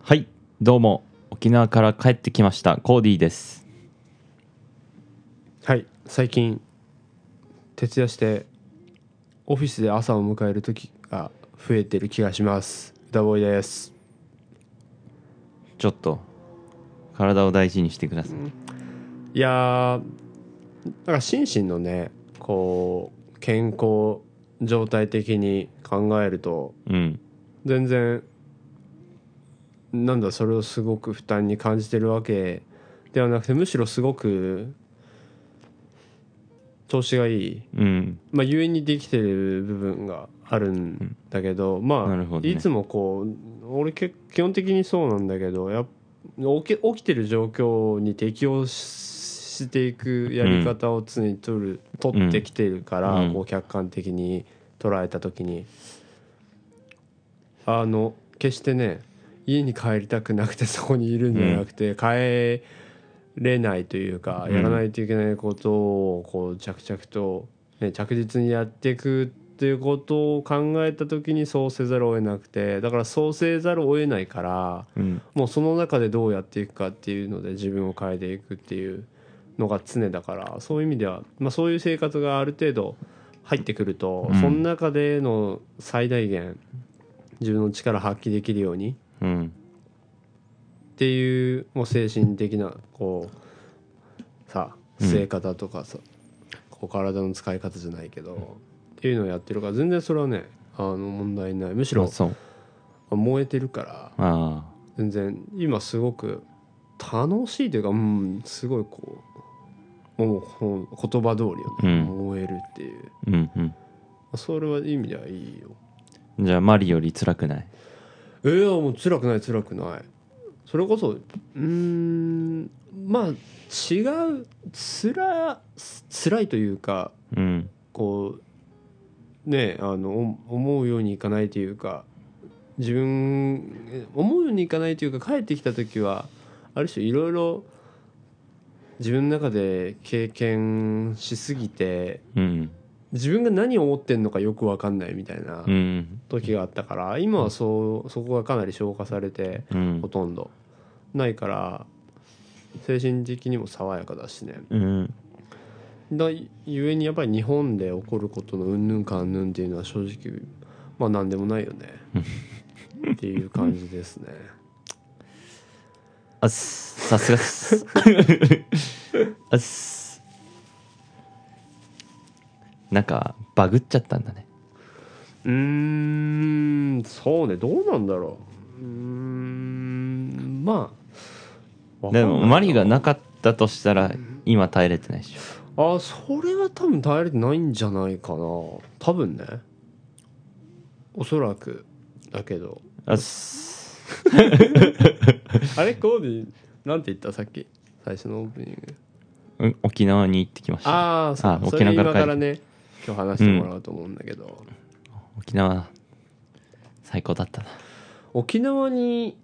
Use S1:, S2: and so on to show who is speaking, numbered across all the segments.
S1: はいどうも沖縄から帰ってきましたコーディです
S2: はい最近徹夜してオフィスで朝を迎える時が増えてる気がします歌ボーイです
S1: ちょっと体を大事にしてください、
S2: いやーなんか心身のねこう健康状態的に考えると
S1: うん
S2: 全然なんだそれをすごく負担に感じてるわけではなくてむしろすごく調子がいい
S1: うん
S2: まあ、ゆえにできてる部分があるんだけど、まあ
S1: なるほどね
S2: いつもこう俺け基本的にそうなんだけどやっ起き起きてる状況に適応ししていくやり方を常に取る、取ってきてるから、
S1: うん
S2: こう客観的に捉えた時にあの決してね家に帰りたくなくてそこにいるんじゃなくて、帰れないというか、
S1: うん
S2: やらないといけないことをこう着々と、ね、着実にやっていくっていうことを考えた時にそうせざるを得なくてだからそうせざるを得ないから
S1: うん
S2: もうその中でどうやっていくかっていうので自分を変えていくっていうのが常だからそういう意味では、まあ、そういう生活がある程度入ってくると、
S1: うん
S2: その中での最大限自分の力発揮できるように
S1: うん
S2: っていうもう精神的なこうさ
S1: うん
S2: 据え方とかさ、こう体の使い方じゃないけどっていうのをやってるから全然それはねあの問題ないむし
S1: あ
S2: ろ
S1: そう
S2: 燃えてるから
S1: あ
S2: 全然今すごく楽しいというかうんすごいこうもうこの言葉通りよね、
S1: う
S2: 燃えるっていう
S1: あうんうん
S2: それはいい意味ではいいよ
S1: じゃあマリより辛くない
S2: えー、もう辛くない辛くないそれこそうーんまあ違う辛辛いというか
S1: うん
S2: こうねあのお思うようにいかないというか自分え思うようにいかないというか帰ってきた時はある種いろいろ自分の中で経験しすぎて
S1: うん
S2: 自分が何を思ってんのかよく分かんないみたいな
S1: うん
S2: 時があったから今はそうそこがかなり消化されて
S1: うん
S2: ほとんどないから精神的にも爽やかだしね
S1: うん
S2: だゆえにやっぱり日本で起こることのうんぬんかんぬんっていうのは正直まあ何でもないよねっていう感じですね
S1: あっすさすがっ すあっすなんかバグっちゃったんだね
S2: うーんそうねどうなんだろううーんまあわかん
S1: で
S2: ない
S1: もマリがなかったとしたら今耐えれてないでしょ
S2: あそれは多分耐えれてないんじゃないかな多分ねおそらくだけど
S1: あっす
S2: あれコーディなんて言ったさっき最初のオープニング
S1: うん沖縄に行ってきました
S2: ああそう
S1: あ
S2: かそれ
S1: 沖縄
S2: 今
S1: から帰る
S2: からね今日話してもらおうと思うんだけど、
S1: 沖縄最高だったな
S2: 沖縄に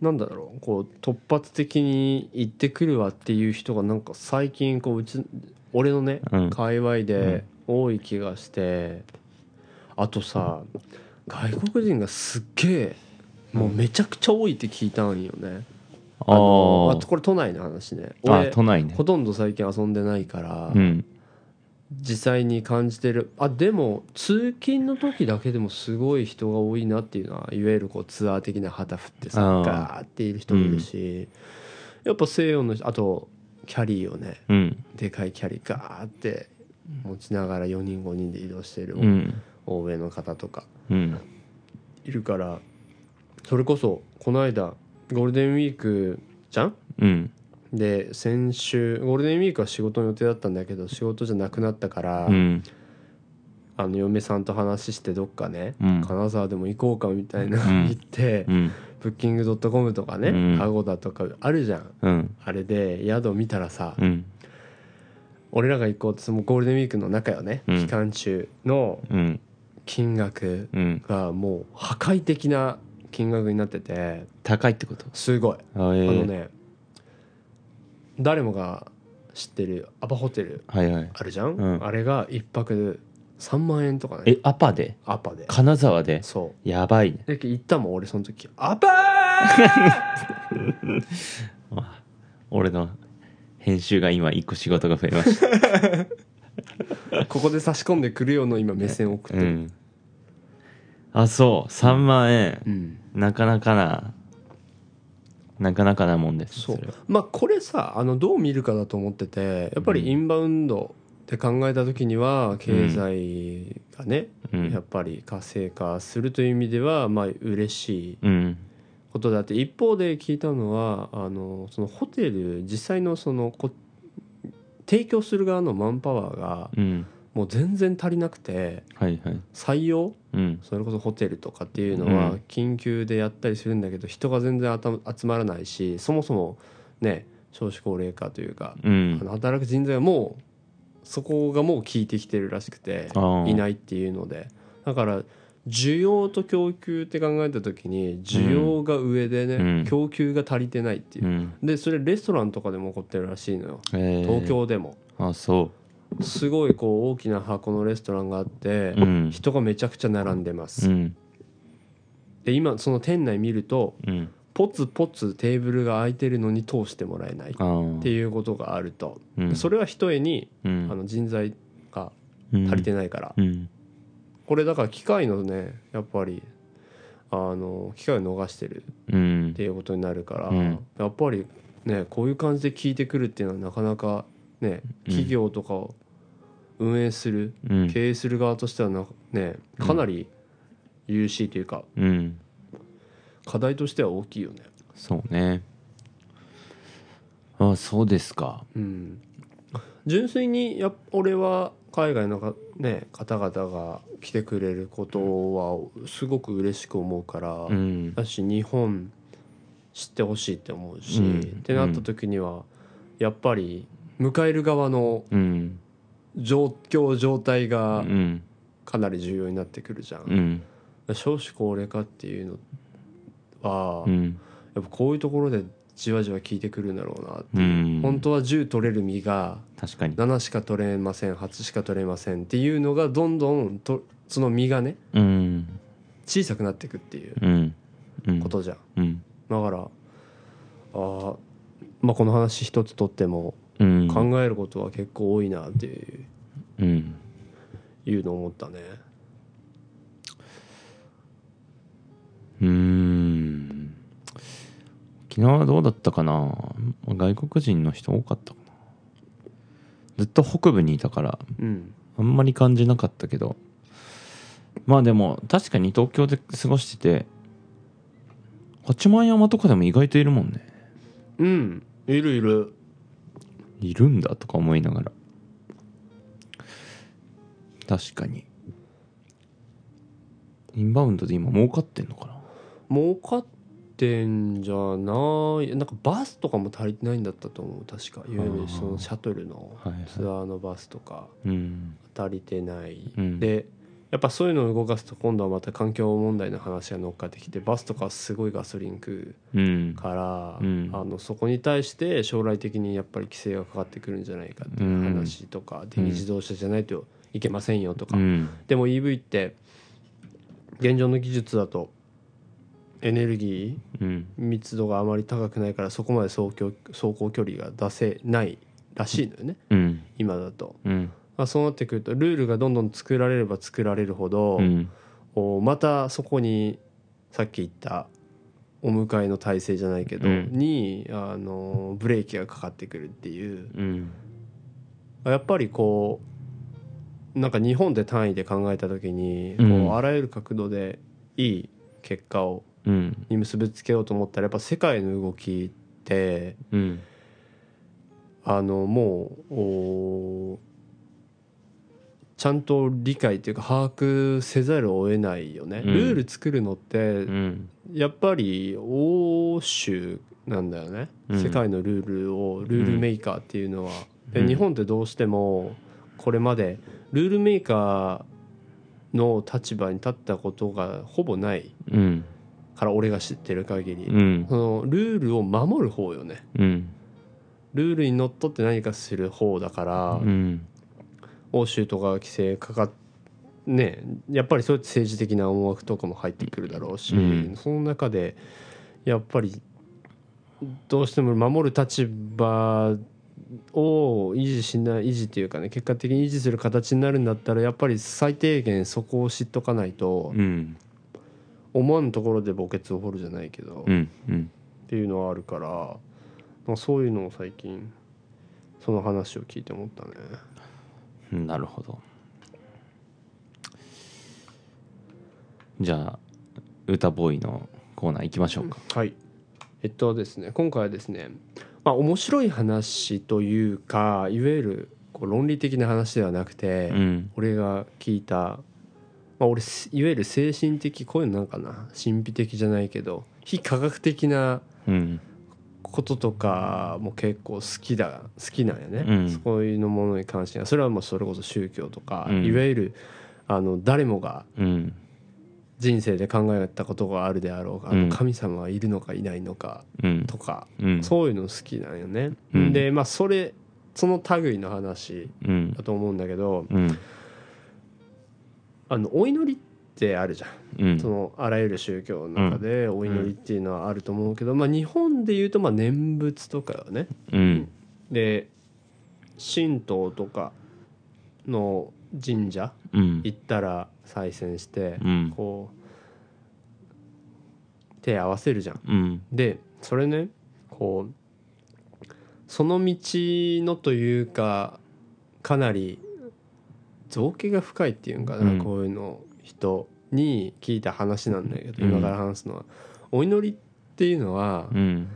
S2: なんだろうこう突発的に行ってくるわっていう人がなんか最近こううち俺のね、
S1: うん
S2: 界隈で多い気がしてあとさ外国人がすっげえもうめちゃくちゃ多いって聞いたんよね、
S1: あ
S2: あのあ
S1: ー
S2: とこれ都内の話ね
S1: あ
S2: 俺
S1: 都内ね
S2: ほとんど最近遊んでないから、
S1: うん
S2: 実際に感じてるあでも通勤の時だけでもすごい人が多いなっていうのはいわゆるこうツアー的な旗振ってさ
S1: あー
S2: ガーっている人もいるし、やっぱ西洋の人あとキャリーをね
S1: うん
S2: でかいキャリーガーって持ちながら4人5人で移動してる
S1: うん
S2: 欧米の方とか
S1: うん
S2: いるからそれこそこの間ゴールデンウィークじゃん
S1: うん
S2: で先週ゴールデンウィークは仕事の予定だったんだけど仕事じゃなくなったから。
S1: うん
S2: あの嫁さんと話してどっかね、
S1: うん
S2: 金沢でも行こうかみたいな、
S1: うん
S2: 言って、
S1: うん
S2: ブッキングドットコムとかね、
S1: うん
S2: アゴダとかあるじゃん
S1: うん
S2: あれで宿見たらさ、
S1: うん
S2: 俺らが行こうってそのゴールデンウィークの中よね、
S1: うん
S2: 期間中の
S1: うん
S2: 金額
S1: うん
S2: がもう破壊的な金額になってて
S1: 高いってこと
S2: すごい、
S1: あえ
S2: あの
S1: ー
S2: ね誰もが知ってるアパホテル
S1: はいはい
S2: あるじゃん、
S1: うん
S2: あれが1泊3万円とかね
S1: えアパで
S2: アパで
S1: 金沢で
S2: そう
S1: やばいね
S2: だけど言ったもん俺その時「アパ
S1: 俺の編集が今一個仕事が増えま した。
S2: ここで差し込んでくるような今目線を送っ
S1: う
S2: てる、
S1: ん。あ、そう。3万円。
S2: うん
S1: なかなかな、なかなかなもんです。
S2: そう
S1: れは
S2: まあこれさあのどう見るかだと思っててやっぱりインバウンドって考えた時には経済がね、
S1: うん
S2: やっぱり活性化するという意味ではまあ嬉しい
S1: うん。
S2: ことであって一方で聞いたのはあのそのホテル実際のそのこ提供する側のマンパワーが
S1: うん。
S2: もう全然足りなくて
S1: はいはい。
S2: 採用
S1: うん。
S2: それこそホテルとかっていうの
S1: う
S2: は
S1: ん
S2: 緊急でやったりするんだけど人が全然あた集まらないしそもそもね少子高齢化というか、
S1: う
S2: あ
S1: ん。
S2: の働く人材はもうそこがもう効いてきてるらしくて
S1: ああ
S2: いないっていうのでだから需要と供給って考えた時に需要が上でね、
S1: うん
S2: 供給が足りてないっていう
S1: う、ん。
S2: でそれレストランとかでも起こってるらしいのよ
S1: えー
S2: 東。京でも、
S1: あ、そ
S2: すごいこう大きな箱のレストランがあって、
S1: う。うん。
S2: 人がめちゃくちゃ並んでます、
S1: うん。
S2: で今その店内見ると
S1: うん。
S2: ポツポツテーブルが空いてるのに通してもらえないっ
S1: ああ。
S2: ていうことがあると、
S1: うん。
S2: それはひとえに
S1: うん。
S2: あの人材が
S1: うん、
S2: 足りてないから、
S1: うん。
S2: これだから機械のねやっぱりあの機械を逃してる
S1: うん
S2: って。いうことになるから、
S1: うん
S2: やっぱりねこういう感じで聞いてくるっていうのはなかなかね企業とかを運営する、
S1: うん。
S2: 経営する側としてはなねかなり有しいというか
S1: うん。
S2: 課題としては大きいよね。
S1: そうね。あ、そうですか。
S2: うん、純粋にやっ俺は海外のか、ね、方々が来てくれることはすごく嬉しく思うから、
S1: うん。
S2: だし日本知ってほしいって思うし、
S1: うん
S2: ってなった時にはやっぱり迎える側の
S1: うん。
S2: 状況状態
S1: う
S2: が
S1: ん。
S2: かなり重要になってくるじゃん。
S1: うん。
S2: 少子高齢化っていうのは、
S1: うん。
S2: やっぱこういうところでじわじわ効いてくるんだろうなって
S1: う
S2: いう、
S1: ん。
S2: 本当は10取れる身が
S1: 確かに。
S2: 7しか取れません8しか取れませんっていうのがどんどんとその身がね
S1: うん。
S2: 小さくなっていくっていう
S1: うん。うん
S2: こ。とじゃん。
S1: うん。
S2: だからあー、まあ、この話一つとっても
S1: うん。
S2: 考えることは結構多いなっていう,、
S1: うん。
S2: いうのを思ったね。
S1: うーん。沖縄はどうだったかな外国人の人多かったかなずっと北部にいたから、
S2: うん、
S1: あんまり感じなかったけどまあでも確かに東京で過ごしてて八幡山とかでも意外といるもんね
S2: うん、いるいる。
S1: いるんだとか思いながら確かにインバウンドで今儲かってんのかな
S2: 儲かってんじゃないなんかバスとかも足りてないんだったと思う確かいわゆるそのシャトルの
S1: はいはい
S2: ツアーのバスとか
S1: うん
S2: 足りてない、
S1: うん
S2: でやっぱそういうのを動かすと今度はまた環境問題の話が乗っかってきてバスとかすごいガソリン食
S1: うん
S2: うから、
S1: うん
S2: あのそこに対して将来的にやっぱり規制がかかってくるんじゃないかっていう話とか、電気自動車じゃないといけませんよとか、
S1: うん
S2: でも EV って現状の技術だとエネルギー
S1: うん
S2: 密度があまり高くないからそこまで走行走行距離が出せないらしいのよね
S1: うん
S2: 今だと。
S1: うん
S2: まあ、そうなってくるとルールがどんどん作られれば作られるほど、
S1: うん
S2: おまたそこにさっき言ったお迎えの体制じゃないけど、
S1: うん
S2: にあのブレーキがかかってくるっていう
S1: うん
S2: やっぱりこうなんか日本で単位で考えた時に、
S1: うん
S2: こうあらゆる角度でいい結果を
S1: うん
S2: に結びつけようと思ったらやっぱ世界の動きって
S1: うん
S2: あのもうおちゃんと理解というか把握せざるを得ないよね、
S1: うん
S2: ルール作るのって
S1: うん
S2: やっぱり欧州なんだよね、
S1: うん
S2: 世界のルールをルールメーカーっていうのは、で
S1: うん
S2: 日本ってどうしてもこれまでルールメーカーの立場に立ったことがほぼない
S1: うん
S2: から俺が知ってる限り、
S1: うん
S2: そのルールを守る方よね
S1: うん
S2: ルールにのっとって何かする方だから、
S1: うん
S2: 欧州とか規制かかっねやっぱりそういう政治的な思惑とかも入ってくるだろうし、
S1: うん
S2: その中でやっぱりどうしても守る立場を維持しない維持っていうかね結果的に維持する形になるんだったらやっぱり最低限そこを知っとかないと
S1: うん
S2: 思わぬところで墓穴を掘るじゃないけど、
S1: う
S2: っ
S1: んうん
S2: ていうのはあるから、まあ、そういうのを最近その話を聞いて思ったね。
S1: うんなるほどじゃあ歌ボーイのコーナー行きましょうか
S2: はい。えっとですね、今回はですね、まあ面白い話というか、いわゆるこう論理的な話ではなくて、
S1: うん
S2: 俺が聞いた、まあ俺すいわゆる精神的こういうのなんかな、神秘的じゃないけど、非科学的な
S1: うん
S2: こととかも結構好きだ好きなんやね、
S1: うん
S2: そういうのものに関してはそれはもうそれこそ宗教とか、
S1: うん
S2: いわゆるあの誰もが
S1: うん
S2: 人生で考えたことがあるであろうが、あ
S1: う
S2: の
S1: ん
S2: 神様がいるのかいないのか
S1: うん
S2: とか、
S1: うん
S2: そういうの好きなんよね。
S1: うん
S2: でまあそれその類の話
S1: うん
S2: だと思うんだけど
S1: うん
S2: あのお祈りってあるじゃん
S1: うん
S2: そのあらゆる宗教の中でお祈りっていうのはあると思うけど、まあ、日本でいうとまあ念仏とかよね
S1: うん
S2: で神道とかの神社
S1: うん
S2: 行ったら再選して
S1: うん
S2: こう手合わせるじゃん。
S1: うん
S2: でそれねこうその道のというかかなり造形が深いっていうんかな、
S1: うん
S2: こういうの人に聞いた話なんだけど
S1: うん
S2: 今から話すのは、お祈りっていうのは
S1: うん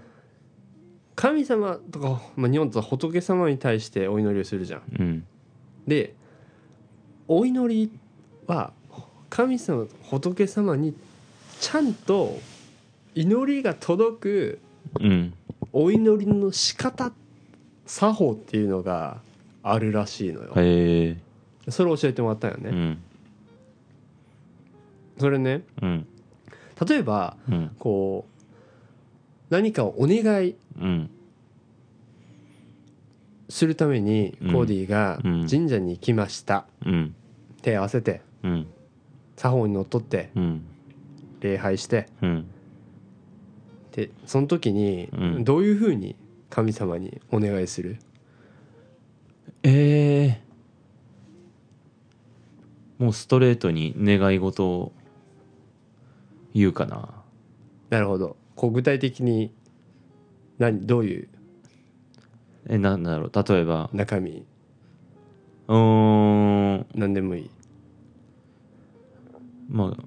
S2: 神様とか、まあ、日本とは仏様に対してお祈りをするじゃん。
S1: うん
S2: でお祈りは神様仏様にちゃんと祈りが届く
S1: うん
S2: お祈りの仕方作法っていうのがあるらしいのよ、
S1: へえ
S2: それを教えてもらったよね、
S1: うん
S2: それね
S1: うん
S2: 例えば
S1: うん
S2: こう何かをお願い
S1: うん
S2: するために
S1: うん
S2: コーディが
S1: うん
S2: 神社に行きました、
S1: うん
S2: 手合わせて
S1: うん
S2: 作法にのっとって
S1: うん
S2: 礼拝して
S1: うん
S2: でその時に
S1: うん
S2: どういうふうに神様にお願いする、
S1: ええもうストレートに願い事を言うかな
S2: なるほどこう具体的に何どういう
S1: えなんだろう例えば
S2: 中身
S1: うーん
S2: 何でもいい
S1: まあ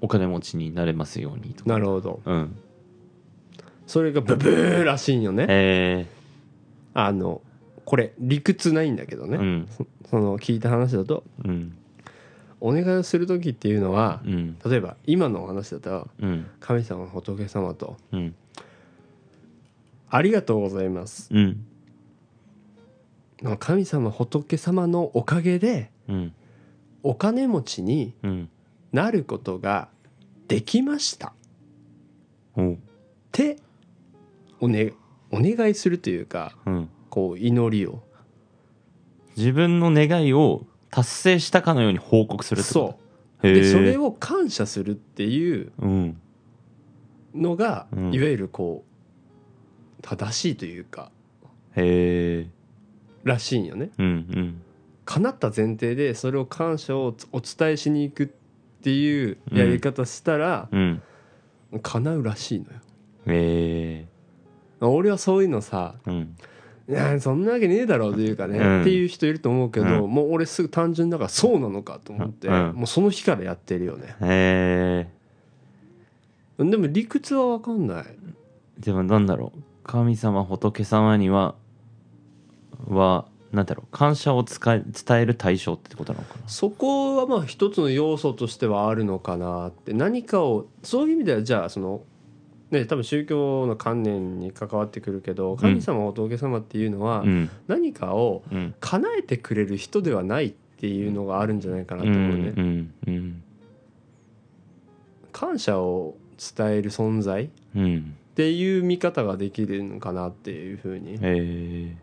S1: お金持ちになれますようにとか
S2: なるほど
S1: うん
S2: それがブブーらしいんよね
S1: え
S2: あのこれ理屈ないんだけど
S1: え
S2: ね、
S1: うん
S2: その聞いた話だと
S1: うん
S2: お願いをする時っていうのは
S1: うん
S2: 例えば今のお話だと
S1: うん
S2: 神様仏様と
S1: うん
S2: 「ありがとうございます
S1: うん」
S2: 神様仏様のおかげで
S1: うん
S2: お金持ちに
S1: うん
S2: なることができましたっ
S1: お
S2: てお,、ね、お願いするというか
S1: うん
S2: こう祈りを
S1: 自分の願いを達成したかのように報告するってこと
S2: そう
S1: へえ
S2: でそれを感謝するっていう
S1: うん
S2: のが、
S1: うん
S2: いわゆるこう正しいというか
S1: へえ
S2: らしいんよね
S1: うん
S2: 叶った前提でそれを感謝をお伝えしに行くっていうやり方したら、
S1: うんうん
S2: 叶うらしいのよ
S1: へえ
S2: 俺はそういうのさ
S1: うん
S2: いやそんなわけねえだろうというかね、
S1: うん
S2: っていう人いると思うけど、
S1: う
S2: もう俺すぐ単純だからそうなのかと思って、
S1: うん
S2: もうその日からやってるよね
S1: へえ
S2: でも理屈は分かんない
S1: でもなんだろう神様仏様にははなんだろう感謝を使い伝える対象ってことなのかな
S2: そこはまあ一つの要素としてはあるのかなって何かをそういう意味ではじゃあそのね多分宗教の観念に関わってくるけど神様仏様っていうのは
S1: うん
S2: 何かを
S1: うん
S2: 叶えてくれる人ではないっていうのがあるんじゃないかな
S1: う
S2: と
S1: ん
S2: 思うね
S1: う。んうん
S2: 感謝を伝える存在っ
S1: うん
S2: ていう見方ができるのかなっていうふうに
S1: へえ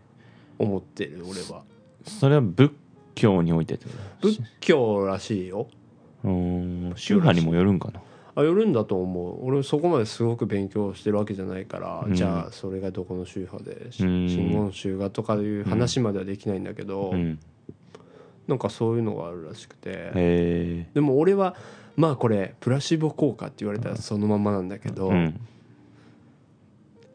S2: 思ってる俺は。
S1: それは仏教においてってこと
S2: 仏教らしいよ。
S1: うーん宗派にもよるんかな
S2: あ寄るんだと思う俺そこまですごく勉強してるわけじゃないから、
S1: うん
S2: じゃあそれがどこの宗派で、し
S1: うん
S2: 真言宗がとかいう話まではできないんだけど、
S1: うん
S2: なんかそういうのがあるらしくて、
S1: へ
S2: でも俺はまあこれプラシボ効果って言われたらそのままなんだけど、
S1: えうん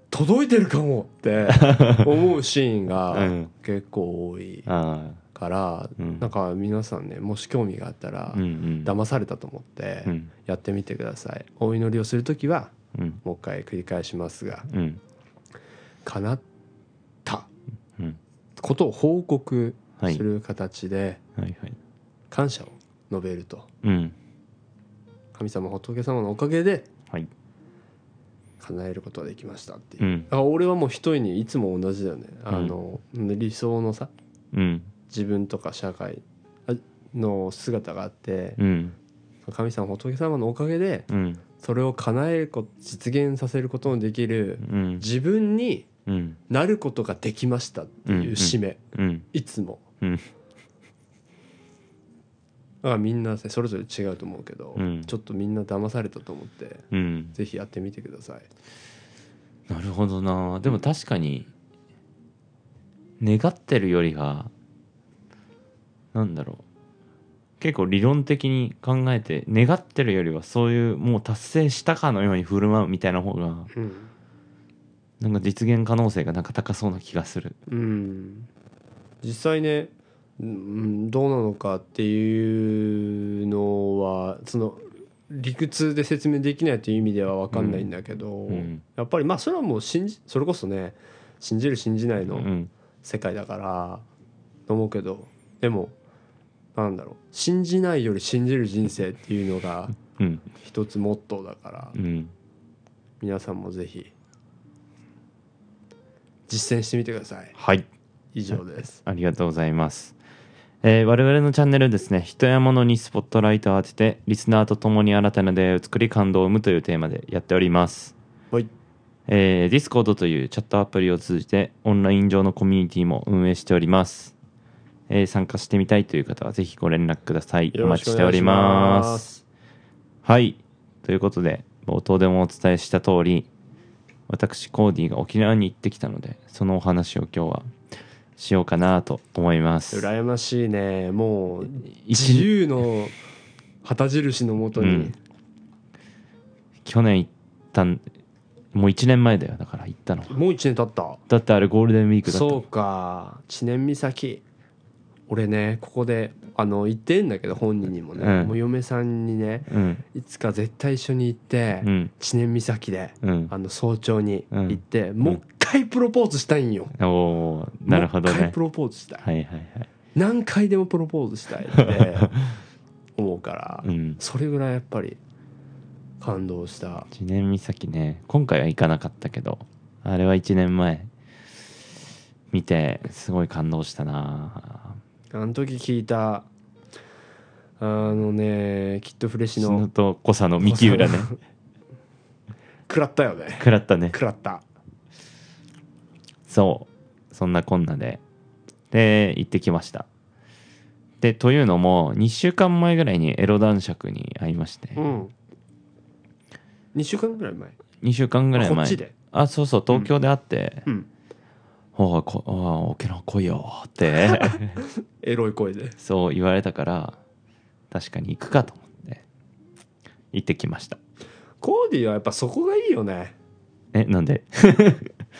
S2: 届いてるかもって 思うシーン
S1: う
S2: が
S1: ん
S2: 結構多い
S1: ああ
S2: から、
S1: うん
S2: なんか皆さんねもし興味があったら
S1: うんうん
S2: 騙されたと思って
S1: うん
S2: やってみてください、お祈りをする時は
S1: うん
S2: もう一回繰り返しますが
S1: うん
S2: 叶った
S1: うん
S2: ことを報告
S1: はい
S2: する形で
S1: はいはい
S2: 感謝を述べると、
S1: うん
S2: 神様仏様のおかげで
S1: はい
S2: 叶えることができましたっていう
S1: う、ん
S2: あ俺はもう一重にいつも同じだよねあの、理想のさ
S1: うん
S2: 自分とか社会あの姿があって、
S1: うん
S2: 神様仏様のおかげで
S1: うん
S2: それを叶えること実現させることのできる
S1: うん
S2: 自分に
S1: うん
S2: なることができましたって
S1: うん
S2: いううん使命、
S1: うん
S2: いつも
S1: うん
S2: だからみんなねそれぞれ違うと思うけど、
S1: うん
S2: ちょっとみんな騙されたと思って
S1: うん
S2: ぜひやってみてください
S1: なるほどなでも確かに願ってるよりはなんだろう結構理論的に考えて願ってるよりはそういうもう達成したかのように振る舞うみたいな方が
S2: うん、
S1: なんか実現可能性がなんか高そうな気がする
S2: うん、実際ねうんどうなのかっていうのはその理屈で説明できないという意味では分かんないんだけど、
S1: うん
S2: やっぱりまあそれはもう信じそれこそね信じる信じないうの、
S1: ん
S2: 世界だからと思うけどでもなんだろう信じないより信じる人生っていうのが
S1: うん
S2: 一つモットーだから
S1: うん
S2: 皆さんもぜひ実践してみてください
S1: はい
S2: 以上です
S1: ありがとうございます。えー我々のチャンネルですね、人や物にスポットライトを当てて、リスナーと共に新たな出会いを作り感動を生むというテーマでやっております。
S2: はい
S1: えー、Discord というチャットアプリを通じて、オンライン上のコミュニティも運営しております。えー参加してみたいという方は、ぜひご連絡ください。お待ちしております。はい。ということで、冒頭でもお伝えした通り、私、コーディが沖縄に行ってきたので、そのお話を今日はしようかなと思います。
S2: 羨ましいねもう
S1: 一
S2: 自由の旗印のもと
S1: う
S2: に
S1: ん去年行ったん、もう1年前だよ、だから行ったのは。
S2: もう1年経った
S1: だってあれゴールデンウィークだった
S2: そうか知念岬俺ねここであの言ってんだけど本人にもね、
S1: うん
S2: もう嫁さんにね
S1: うん。
S2: いつか絶対一緒に行って、
S1: うん。
S2: 知念岬で
S1: うん
S2: あ。の早朝に
S1: うん
S2: 行って、もう一回プロポーズしたいんよ、
S1: おおーなるほど
S2: もう一回
S1: ね
S2: プ。ロポーズしたい、
S1: はいはいはい。
S2: 何回でもプロポーズしたいって 思うから、
S1: うん。
S2: それぐらいやっぱり感動した
S1: 知念岬ね、今回は行かなかったけど、あれは1年前。見て、すごい感動したな
S2: あの時聞いたあのねきっとフレッシュ
S1: 篠
S2: の
S1: と濃さの三木 浦ね
S2: 濃さ食らったよね
S1: 食らったね
S2: 食らった
S1: そうそんなこんなでで行ってきましたでというのも2週間前ぐらいにエロ男爵に会いまして、
S2: うん2週間ぐらい前
S1: 2週間ぐらい
S2: こっ
S1: 前
S2: ちで
S1: あそうそう東京で会って
S2: うん
S1: 「おいこおい沖縄来いよ」って
S2: エロい声で
S1: そう言われたから確かに行くかと思って行ってきました
S2: コーディはやっぱそこがいいよね
S1: えなんで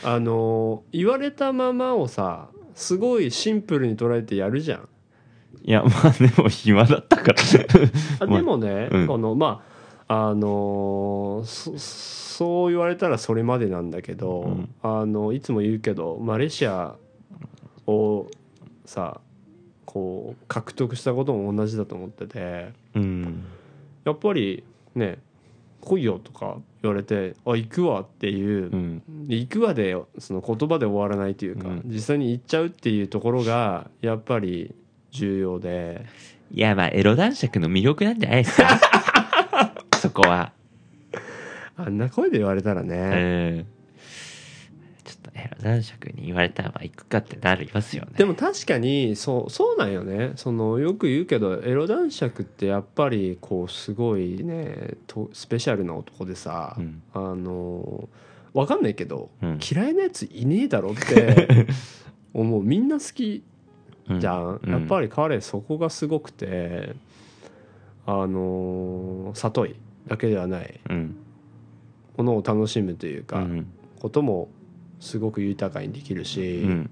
S2: あのー言われたままをさすごいシンプルに捉えてやるじゃん
S1: いやまあでも暇だった から
S2: あ
S1: まあ
S2: でもね、
S1: うん
S2: このまああのーそそう言われたらそれまでなんだけど、
S1: うん
S2: あのいつも言うけどマレーシアをさこう獲得したことも同じだと思ってて
S1: うん
S2: やっぱりね「来いよ」とか言われて「あ行くわ」っていう
S1: うん
S2: で行くわでその言葉で終わらないというか、
S1: うん
S2: 実際に行っちゃうっていうところがやっぱり重要で
S1: いやまあエロ男爵の魅力なんじゃないです かそこは
S2: あんな声で言われたらね、
S1: ええちょっとね男爵に言われたらまあ行くかってなりますよね
S2: でも確かにそうそうなんよねそのよく言うけどエロ男爵ってやっぱりこうすごいねとスペシャルな男でさ、
S1: うん
S2: あのわかんないけど、
S1: うん
S2: 嫌いなやついねえだろって 思うみんな好き
S1: うん
S2: じゃん、
S1: うん
S2: やっぱり彼そこがすごくてあの里いだけではない
S1: うん
S2: ものを楽しむという
S1: う
S2: か、
S1: ん
S2: こともすごく豊かにできるし、
S1: うん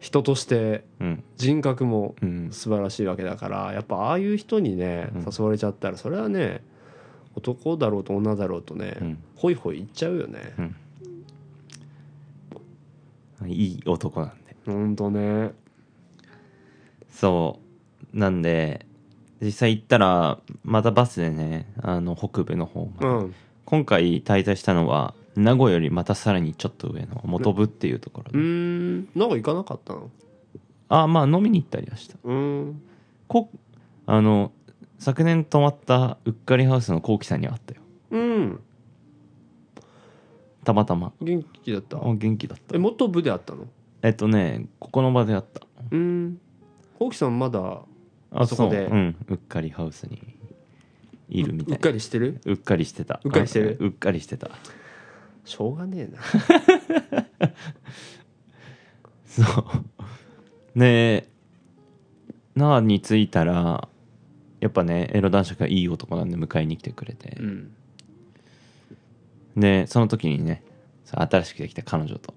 S2: 人として
S1: うん
S2: 人格も
S1: うん
S2: 素晴らしいわけだからやっぱああいう人にね
S1: うん
S2: 誘われちゃったらそれはね男だろうと女だろうとね、
S1: うん
S2: ホイホイいっちゃうよね
S1: いい男なんで
S2: ほんとね
S1: そうなんで実際行ったらまたバスでねあの北部の方
S2: う
S1: まで
S2: ん
S1: 今回滞在したのは名護よりまたさらにちょっと上の元部っていうところ
S2: う
S1: で、
S2: んなんか行かなかったの
S1: あまあ飲みに行ったりはした
S2: うん
S1: こあの昨年泊まったうっかりハウスのこうきさんには会ったよ
S2: うん
S1: たまたま
S2: 元気だった
S1: あ元気だった
S2: え元部であったの
S1: えっとねここの場で会った
S2: うんほうきさんまだ
S1: あ
S2: そこで
S1: う,、うん、うっかりハウスにいるみた
S2: うっ
S1: いな
S2: かりしてる
S1: うっかりしてた
S2: うっかりしてる
S1: あうっかりしてた
S2: しょうがねえな
S1: そう で那覇に着いたらやっぱねエロ男爵がいい男なんで迎えに来てくれて、
S2: うん
S1: でその時にねその新しくできた彼女と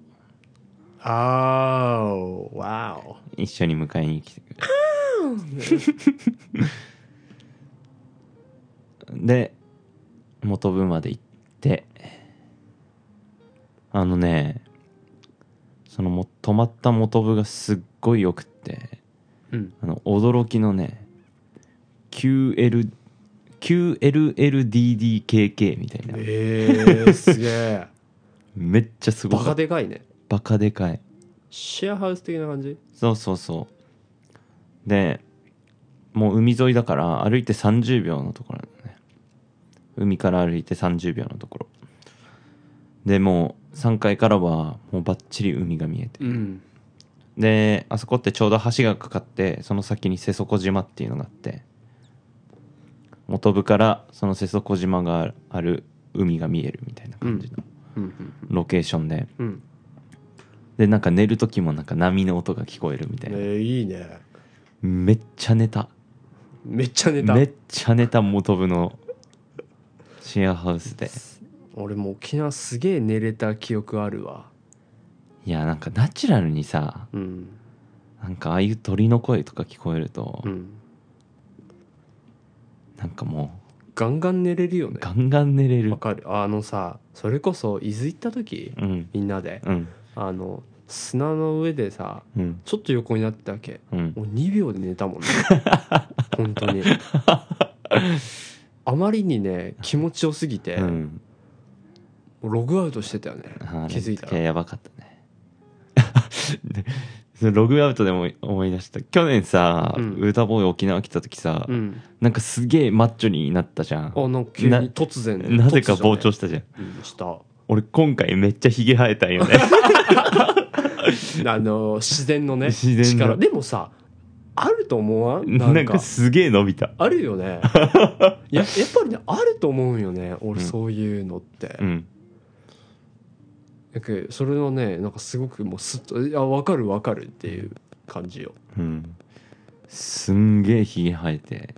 S2: あーわお
S1: 一緒に迎えに来てくれてで元部まで行ってあのねそのも泊まった元部がすっごいよくって
S2: うん
S1: あの驚きのね QL QLLDDKK みたいな
S2: えー、すげ え
S1: めっちゃすご
S2: バ
S1: か
S2: カ
S1: った
S2: でかいね
S1: バカでかい
S2: シェアハウス的な感じ
S1: そうそうそうでもう海沿いだから歩いて30秒のところなんだね海から歩いて30秒のところでもう3階からはもうバッチリ海が見えて
S2: うん
S1: であそこってちょうど橋がかかってその先に瀬底島っていうのがあって元部からその瀬底島がある海が見えるみたいな感じの
S2: うん
S1: ロケーションで、
S2: うんうん
S1: でなんか寝る時もなんか波の音が聞こえるみたいな、
S2: えー、いいね
S1: めっちゃ寝た
S2: めっちゃ寝た
S1: めっちゃ寝た元部のシェアハウスで
S2: 俺もう沖縄すげえ寝れた記憶あるわ
S1: いやなんかナチュラルにさ
S2: うん
S1: なんかああいう鳥の声とか聞こえると、
S2: うん
S1: なんかも
S2: ガンガン寝れるよ
S1: う
S2: ね
S1: ガンガン寝れる
S2: わかるあのさそれこそ伊豆行った時
S1: うん
S2: みんなで
S1: うん
S2: あの砂の上でさ
S1: うん
S2: ちょっと横になってたわけ
S1: うん
S2: もう2秒で寝たもん ね本当にあまりにね気持ちよすぎて、
S1: うん
S2: もうログアウトしてたよね
S1: あ
S2: 気づいた
S1: あれ
S2: ら
S1: やばかったね でそのログアウトでも思い出した去年さ、
S2: うん
S1: 歌ボーイ沖縄来た時さ、
S2: うん
S1: なんかすげえマッチョになったじゃん
S2: あなんか急に
S1: な
S2: 突然
S1: なぜか膨張し
S2: し
S1: たじゃん
S2: した
S1: 俺今回めっちゃヒゲ生えたんよね
S2: あの自然のね
S1: 自然の
S2: 力でもさあると思わん
S1: な
S2: なんん
S1: か
S2: か
S1: すげえ伸びた
S2: あるよ ねいややっぱりねあると思うよね俺
S1: うん
S2: そういうのって、
S1: うん
S2: なんかそれはねなんかすごくもうすっといや分かる分かるっていう感じよ
S1: うんすんげえヒゲ生えて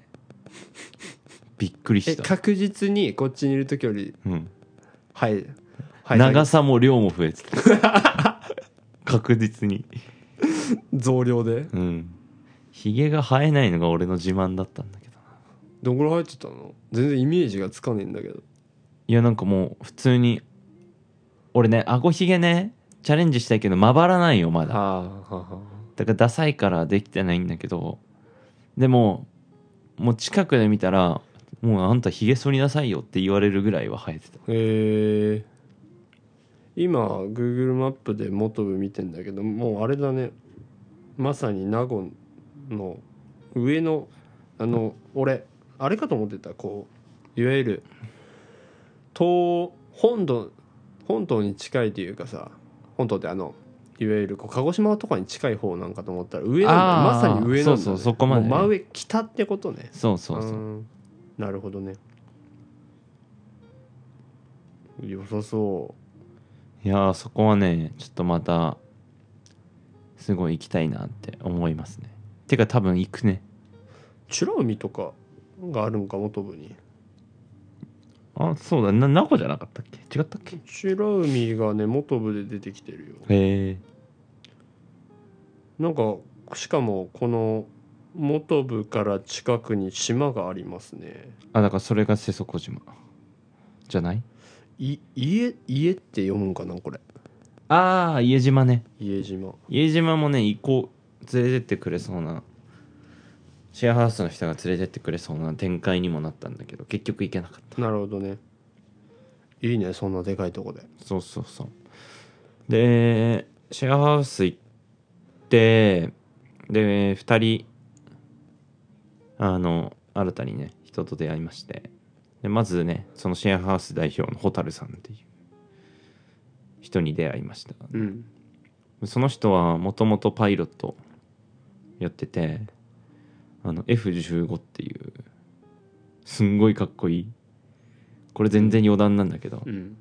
S1: びっくり
S2: え
S1: した、
S2: 確実にこっちにいる時より
S1: うん、
S2: はいはい
S1: 長さも量も増えてた 確実に
S2: 増量で
S1: うんヒゲが生えないのが俺の自慢だったんだけどな
S2: どんぐらい入ってたの全然イメージがつかねえんだけど
S1: いやなんかもう普通に俺ねあごひげねチャレンジしたいけどまばらないよまだ
S2: はあはあは
S1: だからダサいからできてないんだけどでももう近くで見たらもうあんたひげ剃りなさいよって言われるぐらいは生えてた
S2: えー、今 Google マップで元部見てんだけどもうあれだねまさに名護の上のあの俺あれかと思ってたこういわゆる東本土本島に近いというかさ本島ってあのいわゆるこう鹿児島とかに近い方なんかと思ったら上なん
S1: あ
S2: だ
S1: ー
S2: まさに上なんだ、ね、
S1: そうそうそこまでね
S2: もう真上北ってことね
S1: そうそうそううん
S2: なるほどね良さそ
S1: いやーそこはねちょっとまたすごい行きたいなって思いますねてか多分行くね
S2: う美ら海とかがあるのか元部に
S1: あそうだな名護じゃなかったっけ違ったっけへ
S2: 美ら海がね元部で出てきてるよ
S1: え
S2: なんかしかもこの元部から近くに島がありますね
S1: あだからそれが瀬底島じゃない
S2: い家家って読むんかなこれ
S1: ああ家島ね
S2: 家島
S1: 家島もね行こう連れてってくれそうなシェアハウスの人が連れてってくれそうな展開にもなったんだけど結局行けなかっ
S2: なるほどねいいねそんなでかいとこで
S1: たそうそうそうでシェアハウス行ってで2人あの新たにね人と出会いましてでまずねそのシェアハウス代表の蛍さんっていう人に出会いました
S2: うん
S1: その人はもともとパイロットやっててあの F15 っていうすんごいかっこいいこれ全然余談なんだけど
S2: うん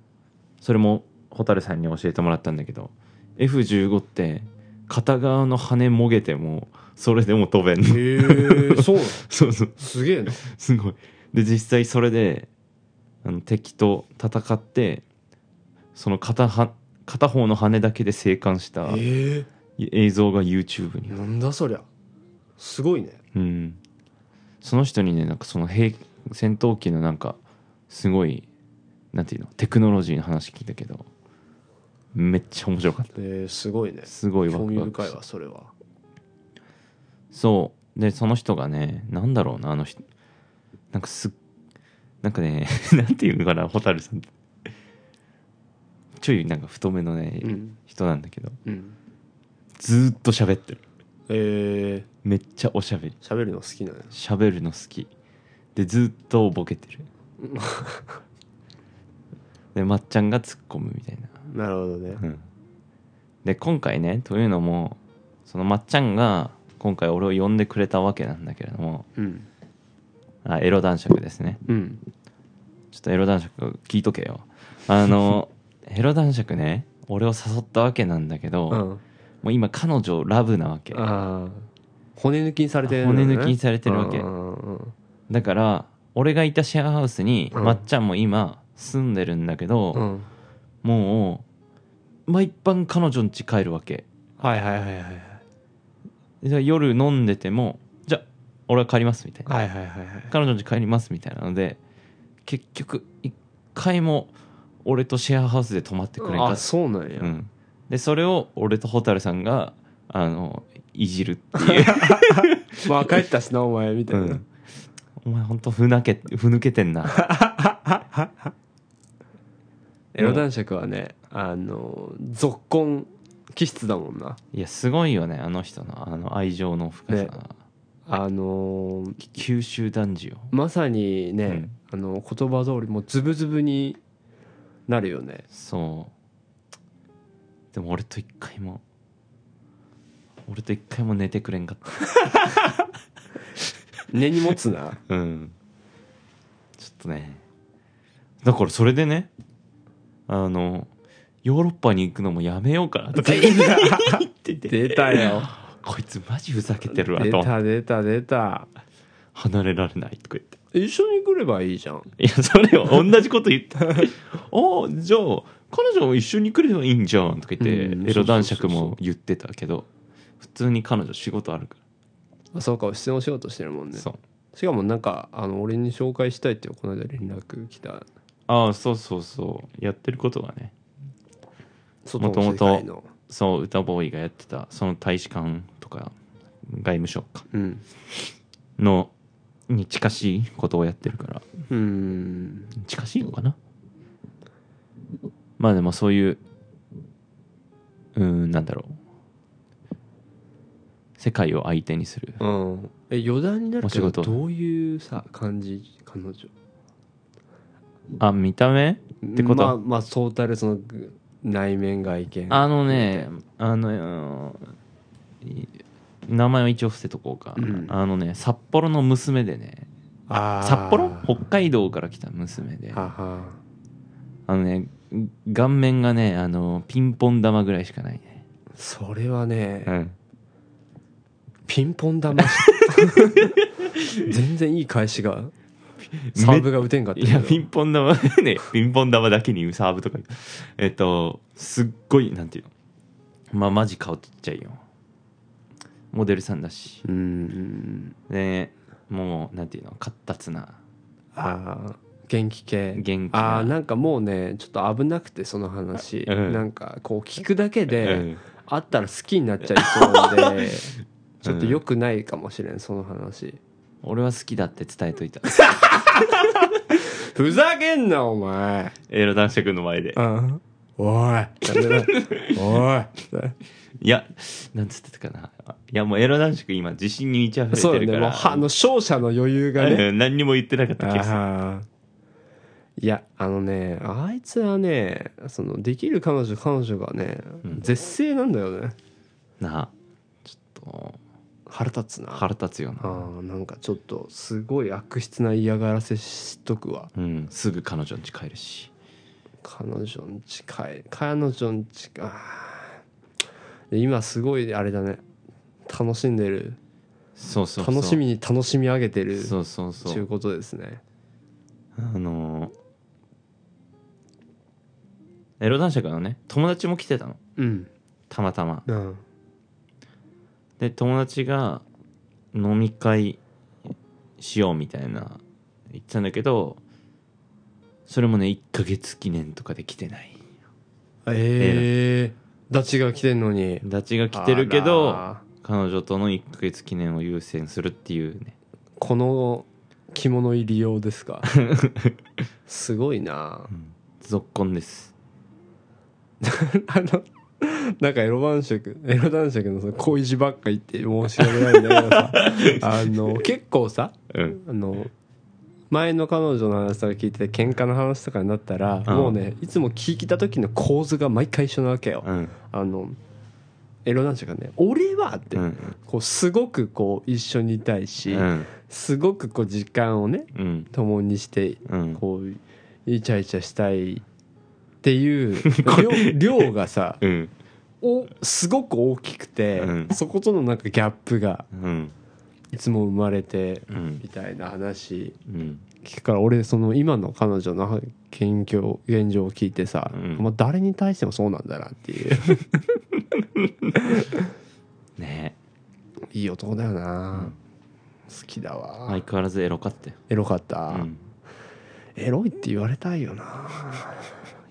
S1: それも蛍さんに教えてもらったんだけど F15 って片側の羽もげてもそれでも飛べん
S2: へ
S1: の
S2: えそうなの
S1: そうそう
S2: すげえ な
S1: すごいで実際それであの敵と戦ってその片は片方の羽だけで生還した
S2: え
S1: 映像が YouTube に
S2: えなんだそりゃすごいね
S1: うん、その人にねなんかその兵戦闘機のなんかすごいなんていうのテクノロジーの話聞いたけどめっちゃ面白かっ
S2: えー、すごいね
S1: たすごいワク
S2: 興味
S1: ワク
S2: 深い
S1: した
S2: わそれは
S1: そうでその人がねなんだろうなあの人なんかすっなんかね なんていうのかな蛍さんってちょいなんか太めのね、
S2: うん
S1: 人なんだけど
S2: うん
S1: ずーっと喋ってる
S2: え
S1: めっちゃおしゃべり
S2: ー、喋るの好きなんや
S1: 喋るの好きでずーっとボケてるでまっちゃんが突っ込むみたいな、
S2: なるほどね
S1: うん、で今回ねというのもそのまっちゃんが今回俺を呼んでくれたわけなんだけれども
S2: うん
S1: あエロ男爵ですね
S2: うん
S1: ちょっとエロ男爵聞いとけよあ のエロ男爵ね俺を誘ったわけなんだけど、
S2: う
S1: も
S2: ん
S1: う今彼女ラブなわけ
S2: ああ骨抜きにされてる、
S1: 骨抜きにされてるわけ
S2: うんうん
S1: だから俺がいたシェアハウスに
S2: うん
S1: まっちゃんも今住んでるんだけど、
S2: うんうん
S1: もう毎晩彼女ん家帰るわけ
S2: はいはいはいはいはい
S1: じゃあ夜飲んでてもじゃあ俺は帰りますみたいな、
S2: はいはいはいはい
S1: 彼女ん家帰りますみたいなので結局一回も俺とシェアハウスで泊まってくれんか
S2: あ
S1: っ
S2: そうなんや、
S1: た、うん、でそれを俺と蛍さんがあのいじるっていう、
S2: まあ帰ったしなお前みた
S1: う
S2: いな、
S1: ん、 お前ほんとふなけふぬけてん な
S2: エロ男爵はねあの続婚気質だもんない
S1: やすごいよねあの人のあの愛情の深さが、
S2: あのー
S1: 九州男児よ
S2: まさにね、あの言葉通りもうズブズブになる よね
S1: そうでも俺と一回も俺と一回も寝てくれんかっ
S2: 根に持つな
S1: たうんちょっとねだからそれでねあのヨーロッパに行くのもやめようかなとか言ってて
S2: 出たよ
S1: こいつマジふざけてるわ
S2: 出
S1: と
S2: た出た出た
S1: 離れられないとか言って
S2: 一緒に来ればいいじゃん
S1: いやそれを同じこと言 ってああじゃあ彼女も一緒に来ればいいんじゃんとか言って、
S2: うん
S1: エロ男爵も言ってたけど普通に彼女仕事あるか
S2: あそうか出演お仕事してるもん
S1: ら、
S2: ね
S1: そう
S2: しかもなんかあの俺に紹介したいってこの間連絡来た
S1: ああそうそうそうやってることがね
S2: 外の
S1: も
S2: 世
S1: とも
S2: 界
S1: と
S2: の
S1: そう歌ボーイがやってたその大使館とか外務省か
S2: うん
S1: のに近しいことをやってるから
S2: うん
S1: 近しいのかなまあでもそういううーんなんだろう世界を相手にする
S2: うん、え余談になるけ
S1: お仕事
S2: どどういうさ感じ彼女
S1: あ見た目ってこと
S2: まあまあトータルそのぐ内面外見
S1: あのねあのい名前を一応伏せとこうか、
S2: うん
S1: あのね札幌の娘でね
S2: あー
S1: 札幌北海道から来た娘で
S2: は
S1: あ
S2: は
S1: のね顔面がねあのピンポン玉ぐらいしかないね、
S2: それはね、
S1: うん、
S2: ピンポン 玉全然いい返しがサーブが打てんかった
S1: いやピ
S2: け
S1: ンポン玉ねピンポン玉だけにサーブとかえっとすっごいなんていうのまあマジ顔ちっちゃいよモデルさんだし
S2: どうん
S1: でもうなんていうの活発な
S2: ああ元気系
S1: 元気な
S2: ああなんかもうねちょっと危なくてその話、
S1: うん
S2: なんかこう聞くだけで、
S1: うん
S2: あったら好きになっちゃい そうでちょっと良くないかもしれんその話
S1: 俺は好きだって伝えとい た
S2: ふざけんなお前
S1: エロ男爵の前で
S2: うんおい おい
S1: いやなんつってたかないやもうエロ男爵今自信に満ち溢
S2: そう
S1: れてる
S2: だね
S1: か
S2: も
S1: ら
S2: うはあの勝者の余裕がね
S1: うん何にも言ってなかった気がする
S2: あーいやあのねあいつはねそのできる彼女彼女がね、
S1: うん
S2: 絶世なんだよね
S1: なあちょっ
S2: 腹立つな
S1: と腹立つよ
S2: あ
S1: な
S2: ーなんかちょっとすごい悪質な嫌がらせしとくわ
S1: うんすぐ彼女に帰るし
S2: 彼女んちかい彼女んちかあー今すごいあれだね楽しんでる
S1: そうそうそう
S2: 楽しみに楽しみ上げてる
S1: そうそう
S2: ち
S1: そ
S2: ゅう
S1: う
S2: ことですね
S1: あのーエロ男爵のね友達も来てたの
S2: うん
S1: たまたま
S2: うん
S1: で友達が飲み会しようみたいな言ってたんだけどそれもね1ヶ月記念とかで来てない
S2: ええダチが来てんのに
S1: 友達が来てるけど
S2: あら
S1: 彼女との1ヶ月記念を優先するっていうね
S2: この着物入り用で すかすごいな
S1: ぞっこんです
S2: あのなんかエロ男爵エロ男爵のその小石ばっか言って申し訳ないんだ けどさあの結構さ
S1: うん
S2: あの前の彼女の話とか聞いてて喧嘩の話とかになったら、
S1: うん
S2: もうねいつも聞いた時の構図が毎回一緒なわけよ、
S1: うん
S2: あのエロ男爵がね「俺は!」って、
S1: うん
S2: こうすごくこう一緒にいたいし、
S1: うん
S2: すごくこう時間をね
S1: うん
S2: 共にして
S1: うん
S2: こうイチャイチャしたいっていう
S1: これ
S2: 量量がさ
S1: うん
S2: おすごく大きくて、
S1: うん
S2: そことのなんかギャップが
S1: うん
S2: いつも生まれて
S1: うん
S2: みたいな話
S1: うん
S2: 聞くから俺その今の彼女の現状現状を聞いてさ、
S1: うん
S2: まあ、誰に対してもそうなんだなっ ていう
S1: ね
S2: いい男だよな、
S1: うん
S2: 好きだわ、
S1: 相変わらずエロかったよ
S2: エロかった、
S1: うん
S2: エロいって言われたいよな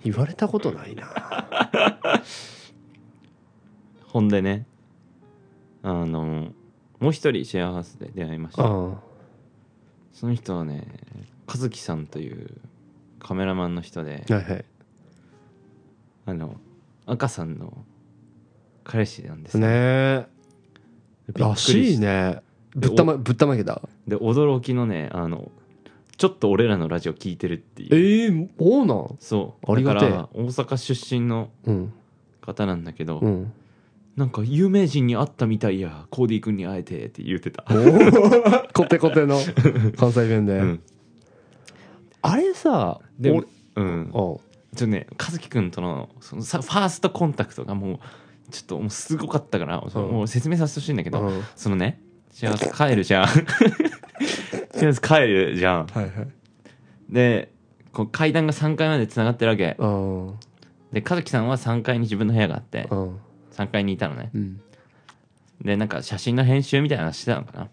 S2: 言われたことない な
S1: ほんでねあのもう一人シェアハウスで出会いまし
S2: う
S1: た
S2: ん
S1: その人はね和樹さんというカメラマンの人で
S2: はいはい
S1: あの赤さんの彼氏なんです
S2: ねえ
S1: びっくり
S2: らしい
S1: ね
S2: ねぶったまぶったまげた
S1: で驚きのねあのちょっと俺らのラジオ聞いてるっていう
S2: ええそうなん
S1: そう
S2: ありが
S1: だか
S2: てえ
S1: ら大阪出身の
S2: うん
S1: 方なんだけど、
S2: うん
S1: なんか有名人に会ったみたいやコーディ君に会えてって言ってた、
S2: コテコテの関西弁で、
S1: うん、
S2: あれさ
S1: で
S2: お
S1: もうんち
S2: お
S1: ょっとね和樹君とのそのさファーストコンタクトがもうちょっともうすごかったから、そのもう説明させてほしいんだけど、
S2: うん
S1: そのね幸せ帰るじゃん 幸せ帰るじゃん
S2: はいはい
S1: でこう階段が3階までつながってるわけ
S2: うんうん
S1: で和樹さんは3階に自分の部屋があって3階にいたのね
S2: うん
S1: でなんか写真の編集みたいなのしてたのかな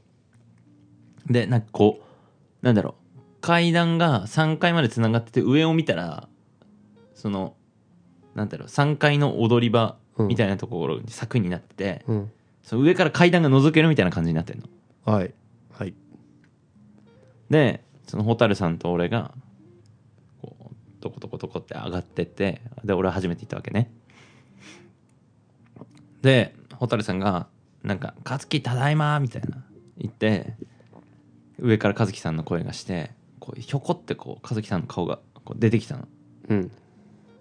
S1: でなんかこうなんだろう階段が3階までつながってて上を見たらそのなんだろう3階の踊り場みたいなところに柵になってて、
S2: うん
S1: その上から階段が覗けるみたいな感じになってんの
S2: はいはい
S1: でその蛍さんと俺がこうトコトコトコって上がってってで俺は初めて行ったわけねで蛍さんがなんか「和樹ただいま」みたいな言って上から和樹さんの声がしてこうひょこってこう和樹さんの顔がこう出てきたの
S2: うん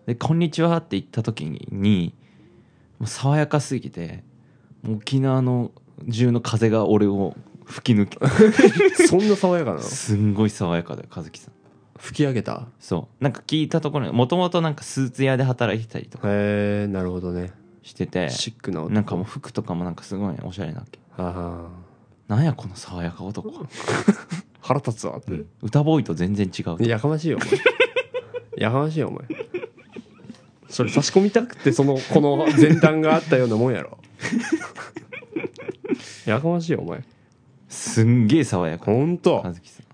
S1: で「こんにちは」って言った時にもう爽やかすぎてもう沖縄の中の風が俺を吹き抜 け
S2: そんな爽やかなの
S1: すんごい爽やかだよ和樹さん
S2: 吹き上げた
S1: そうなんか聞いたところにもともとなんかスーツ屋で働いてたりとか
S2: へえなるほどね
S1: してて
S2: シックな音
S1: なんかもう服とかもなんかすごいおしゃれなわけ
S2: あ
S1: なんやこの爽やか男、
S2: あ腹立つわって、
S1: 歌ボーイと全然違う
S2: やかましいよお前やかましいよお前それ差し込みたくてそのこの前段があったようなもんやろやかましいよお前
S1: すんげえ爽やか
S2: ほんと
S1: 和樹さん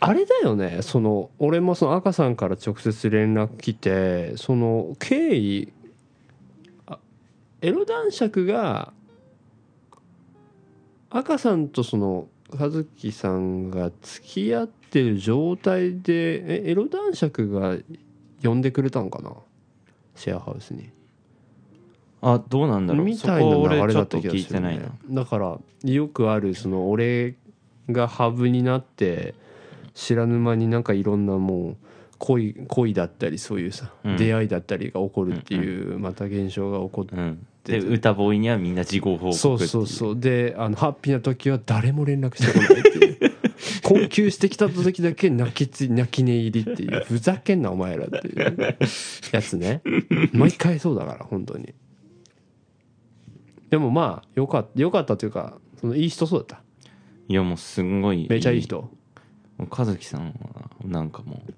S2: あれだよねその俺もその赤さんから直接連絡来てその経緯あエロ男爵が赤さんとその和樹さんが付き合ってる状態でえエロ男爵が呼んでくれたんかなシェアハウスに
S1: あどうなんだろう
S2: み
S1: そ
S2: たい
S1: こ
S2: な流
S1: 俺
S2: れ
S1: ちょ
S2: だ
S1: っ
S2: った
S1: と
S2: 気が
S1: 聞い
S2: す
S1: て
S2: る、
S1: ない
S2: ね
S1: な、
S2: だからよくあるその俺がハブになって知らぬ間になんかいろんなもう恋恋だったりそういうさ、
S1: うん
S2: 出会いだったりが起こるっていう、また現象が起こって、
S1: うん、で歌ボーイにはみんな事後報告ってい
S2: そうそうそうであのハッピーな時は誰も連絡してこないっていう困窮してきた時だけ泣きつ泣き寝入りっていうふざけんなお前らっていうやつ ね毎回そうだから本当にでもまあよかったよかったというかそのいい人そうだった
S1: いやもうすんごい
S2: めちゃいい人
S1: もう和樹さんはなんかもう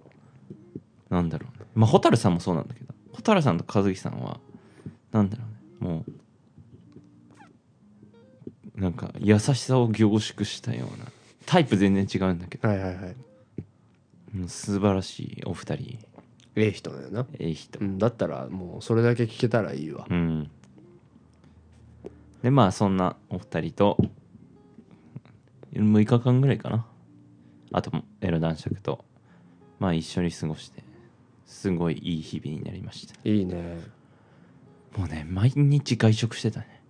S1: なんだろうねまあ蛍さんもそうなんだけど蛍さんと和樹さんはなんだろうねもうなんか優しさを凝縮したようなタイプ全然違うんだけ
S2: はいはいはい
S1: どもう素晴らしいお二人
S2: ええ人だよな、
S1: ええ人
S2: うん、だったらもうそれだけ聞けたらいいわ
S1: うんでまあそんなお二人と6日間ぐらいかなあとエロ男爵とまあ一緒に過ごしてすごいいい日々になりました
S2: いいね
S1: もうね毎日外食してたね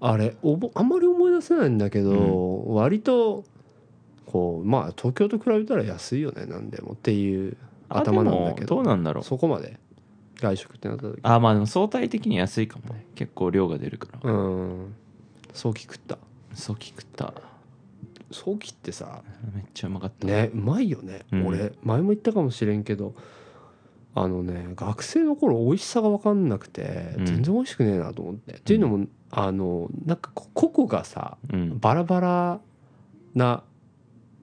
S2: あれおぼあんまり思い出せないんだけど、割とこうまあ東京と比べたら安いよねなんでもっていう頭なんだけ
S1: あでもど
S2: ど
S1: うなんだろう
S2: そこまで外食ってなった時
S1: あまあでも相対的に安いかもね結構量が出るから
S2: うん早期食った
S1: そう聞くった
S2: 早期ってさ
S1: めっちゃうまかった
S2: ねうまいよね、
S1: うん
S2: 俺前も言ったかもしれんけどあのね学生の頃美味しさが分かんなくて
S1: うん
S2: 全然美味しくねえなと思って、っていうのもあのなんかこ個々がさ
S1: うん
S2: バラバラな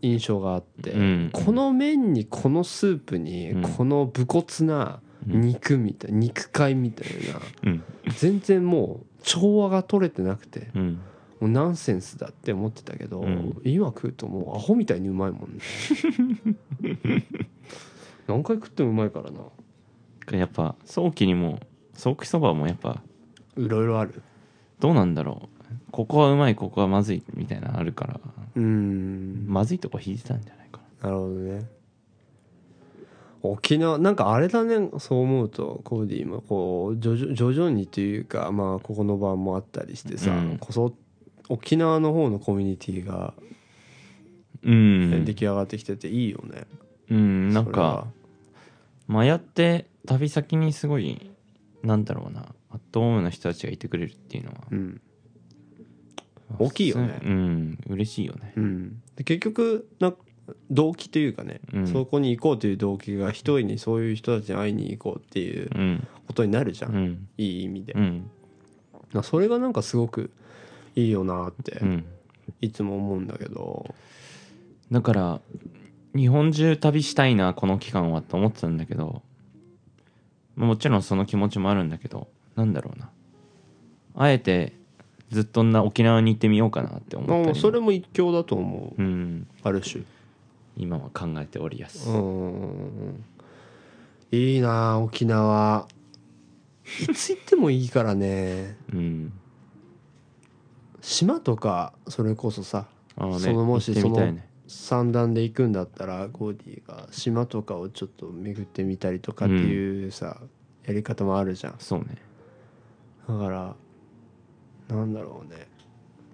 S2: 印象があって、
S1: うん
S2: この麺にこのスープに
S1: うん
S2: この武骨な
S1: うん
S2: 肉みたい肉塊みたいな
S1: うん
S2: 全然もう調和が取れてなくて
S1: うん
S2: もうナンセンスだって思ってたけど、
S1: うん
S2: 今食うともうアホみたいにうまいもんね 何回食ってもうまいからな
S1: やっぱ早期にも早期そばもやっぱ
S2: いろいろある
S1: どうなんだろうここはうまいここはまずいみたいなのあるから
S2: うーん
S1: まずいとこ引いてたんじゃないか
S2: なるほどね沖縄なんかあれだねそう思うとコーディもこう徐々徐々にというかまあここの番もあったりしてさ、
S1: うん
S2: こそ沖縄の方のコミュニティが
S1: なうん
S2: 出来上がってきてていいよね、
S1: うんなん
S2: それは
S1: かまあやって旅先にすごいなんだろうなアットホームの人たちがいてくれるっていうのは
S2: うん大きいよね
S1: うん嬉しいよね
S2: うん、で結局な動機というかね、
S1: うん
S2: そこに行こうという動機が一人にそういう人たちに会いに行こうっていう
S1: うん
S2: ことになるじゃん、
S1: うん
S2: いい意味で、
S1: うん
S2: なそれがなんかすごくいいよなって、
S1: うん
S2: いつも思うんだけど
S1: だから日本中旅したいなこの期間はと思ってたんだけどまあもちろんその気持ちもあるんだけどなんだろうなあえてずっとな沖縄に行ってみようかなって思ったり
S2: あ
S1: も
S2: それも一興だと思う
S1: うん
S2: ある種
S1: 今は考えておりやす、
S2: うんいいなあ沖縄いつ行ってもいいからね
S1: うん、
S2: 島とかそれこそさ
S1: あのね
S2: そのもし
S1: 行ってみたいね
S2: 三段で行くんだったらゴーディが島とかをちょっと巡ってみたりとかっていうさ、やり方もあるじゃん
S1: そうね
S2: だからなんだろうね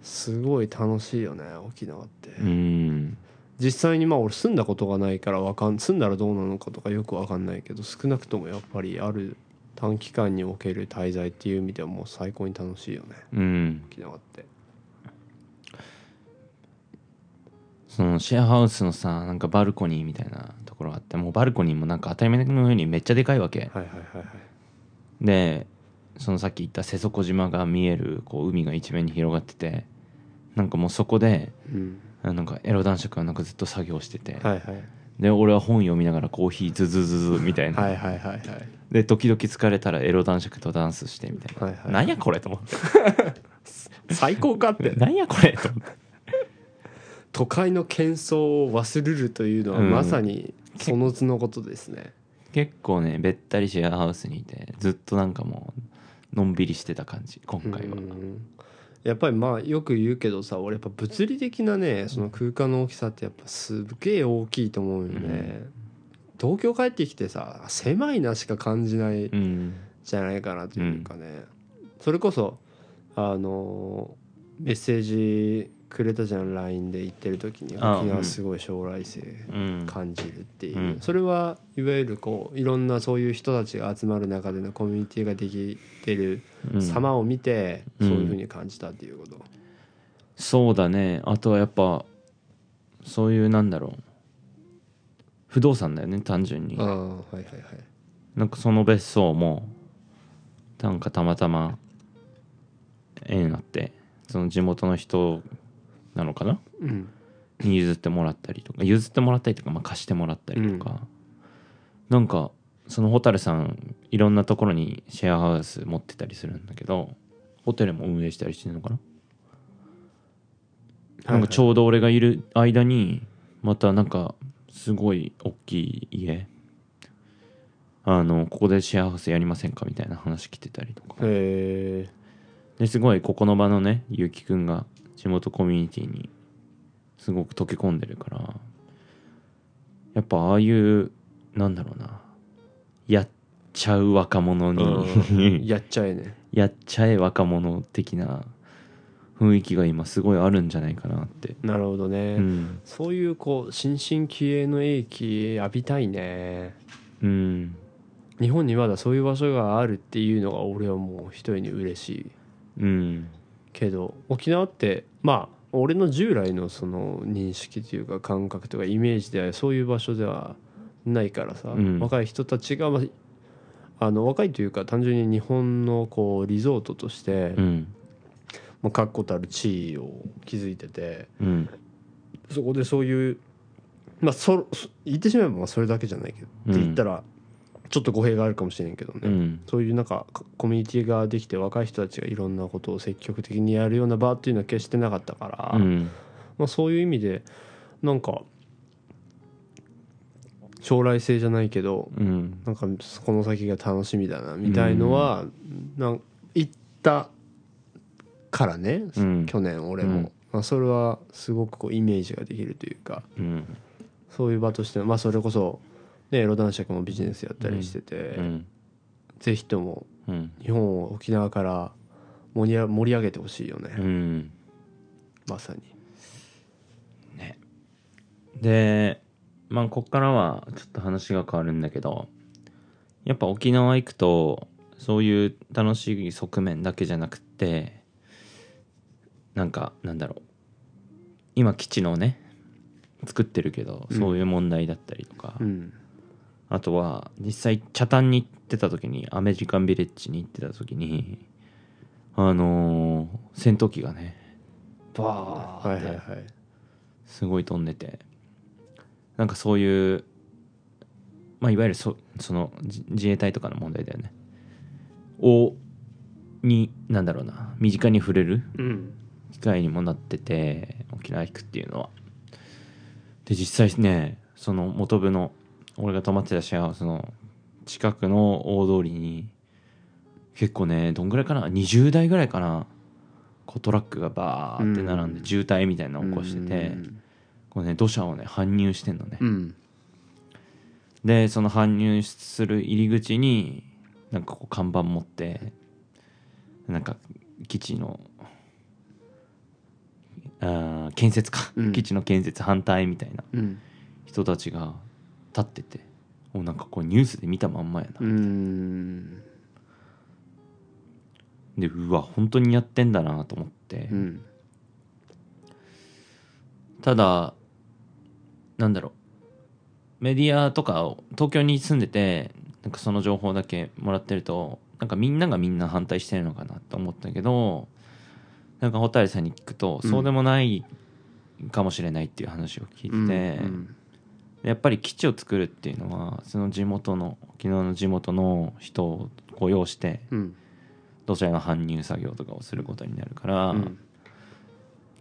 S2: すごい楽しいよね沖縄って、
S1: うん
S2: 実際にまあ俺住んだことがないからわかん住んだらどうなのかとかよくわかんないけど少なくともやっぱりある短期間における滞在っていう意味ではもう最高に楽しいよね
S1: うん
S2: 沖縄って
S1: そのシェアハウスのさなんかバルコニーみたいなところがあってもうバルコニーもなんか当たり前のようにめっちゃでかいわけ
S2: はいはいはいはい
S1: でそのさっき言った瀬底島が見えるこう海が一面に広がっててなんかもうそこで
S2: うん
S1: あなんかエロ男爵がなんかずっと作業してて、
S2: はいはい
S1: で俺は本読みながらコーヒーズズズズみたいな、
S2: はいはいはいはい
S1: で時々疲れたらエロ男爵とダンスしてみたいな、
S2: はいはい
S1: なんやこれと思っ
S2: 最高かってて
S1: なんやこれと思って
S2: 都会の喧騒を忘れるというのは
S1: うん
S2: まさにその図のことですね、
S1: 結構ねべったりシェアハウスにいてずっとなんかもうのんびりしてた感じ今
S2: うん
S1: 回は、
S2: やっぱりまあよく言うけどさ俺やっぱ物理的なねその空間の大きさってやっぱすっげえ大きいと思うよね、東京帰ってきてさ狭いなしか感じない
S1: うん
S2: じゃないかなというかね、それこそあのメッセージくれたじゃん LINE で言ってる時に沖
S1: あう
S2: 縄
S1: ん
S2: すごい将来性
S1: うん
S2: 感じるっていう、
S1: うん
S2: それはいわゆるこういろんなそういう人たちが集まる中でのコミュニティができてる
S1: うん
S2: 様を見て、
S1: うん
S2: そういうふうに感じたっていうこと、
S1: そうだねあとはやっぱそういうなんだろう不動産だよね単純に
S2: ああはいはいはい
S1: なんかその別荘もなんかたまたま縁あってその地元の人なのかな
S2: うん
S1: に譲ってもらったりとか譲ってもらったりとか、まあ、貸してもらったりとか、なんかその蛍さんいろんなところにシェアハウス持ってたりするんだけどホテルも運営したりしてるのかな、なんかちょうど俺がいる間にまたなんかすごい大きい家あのここでシェアハウスやりませんかみたいな話来てたりとか
S2: へえ
S1: ですごいここの場のねゆうきくんが地元コミュニティにすごく溶け込んでるからやっぱああいうなんだろうなやっちゃう若者に
S2: やっちゃえね
S1: やっちゃえ若者的な雰囲気が今すごいあるんじゃないかなって、
S2: なるほどね、
S1: うん
S2: そういうこう新進気鋭の英気浴びたいね
S1: うん
S2: 日本にまだそういう場所があるっていうのが俺はもう一人に嬉しい
S1: うん
S2: けど沖縄ってまあ俺の従来のその認識というか感覚とかイメージではそういう場所ではないからさ、
S1: うん
S2: 若い人たちが、まあ、あの若いというか単純に日本のこうリゾートとして、
S1: うん
S2: まあ、確固たる地位を築いてて
S1: うん
S2: そこでそういう、まあ、そそ言ってしまえばまあそれだけじゃないけど、って言ったらちょっと語弊があるかもしれんけどね、
S1: うん
S2: そういうなんかココミュニティができて若い人たちがいろんなことを積極的にやるような場っていうのは決してなかったから、
S1: うん
S2: まあ、そういう意味でなんか将来性じゃないけど
S1: うん
S2: なんかこの先が楽しみだなみたいのは、なん行ったからね、
S1: うん
S2: 去年俺も、
S1: うん
S2: まあ、それはすごくこうイメージができるというか
S1: うん
S2: そういう場としての、まあ、それこそ、ね、エロ男爵もビジネスやったりしてて、
S1: うん
S2: ぜひとも
S1: うん
S2: 日本を沖縄から盛りあ盛り上げてほしいよね、
S1: うん
S2: まさに。
S1: でまあこっからはちょっと話が変わるんだけどやっぱ沖縄行くとそういう楽しい側面だけじゃなくてなんかなんだろう今基地のね作ってるけど
S2: うん
S1: そういう問題だったりとか、
S2: うん
S1: あとは実際北谷に行ってた時にアメリカンビレッジに行ってた時にあのー戦闘機がねバ
S2: はい
S1: ーっ
S2: はい
S1: て
S2: はい
S1: すごい飛んでてなんかそういう、まあ、いわゆるそそのじ自衛隊とかの問題だよねをになんだろうな身近に触れる
S2: うん
S1: 機会にもなってて沖縄行くっていうのはで実際ねその元部の俺が泊まってたシェアハウスの近くの大通りに結構ねどんぐらいかな20台ぐらいかなこうトラックがバーって並ん
S2: う
S1: で
S2: ん
S1: 渋滞みたいなのを起こしてて、こうね土砂をね搬入してんのね、
S2: うん
S1: でその搬入する入り口になんかこう看板持ってなんか基地のあー建設か、
S2: うん
S1: 基地の建設反対みたいな
S2: うん
S1: 人たちが立っててもうなんかこうニュースで見たまんまやな、
S2: うん
S1: でうわ本当にやってんだなと思って、
S2: うん
S1: ただなんだろうメディアとかを東京に住んでてなんかその情報だけもらってるとなんかみんながみんな反対してるのかなと思ったけどなんか蛍さんに聞くと
S2: うん
S1: そうでもないかもしれないっていう話を聞いてて、
S2: うん
S1: やっぱり基地を作るっていうのはその地元の沖縄の地元の人を雇用して
S2: うん
S1: 土砂の搬入作業とかをすることになるから、
S2: うん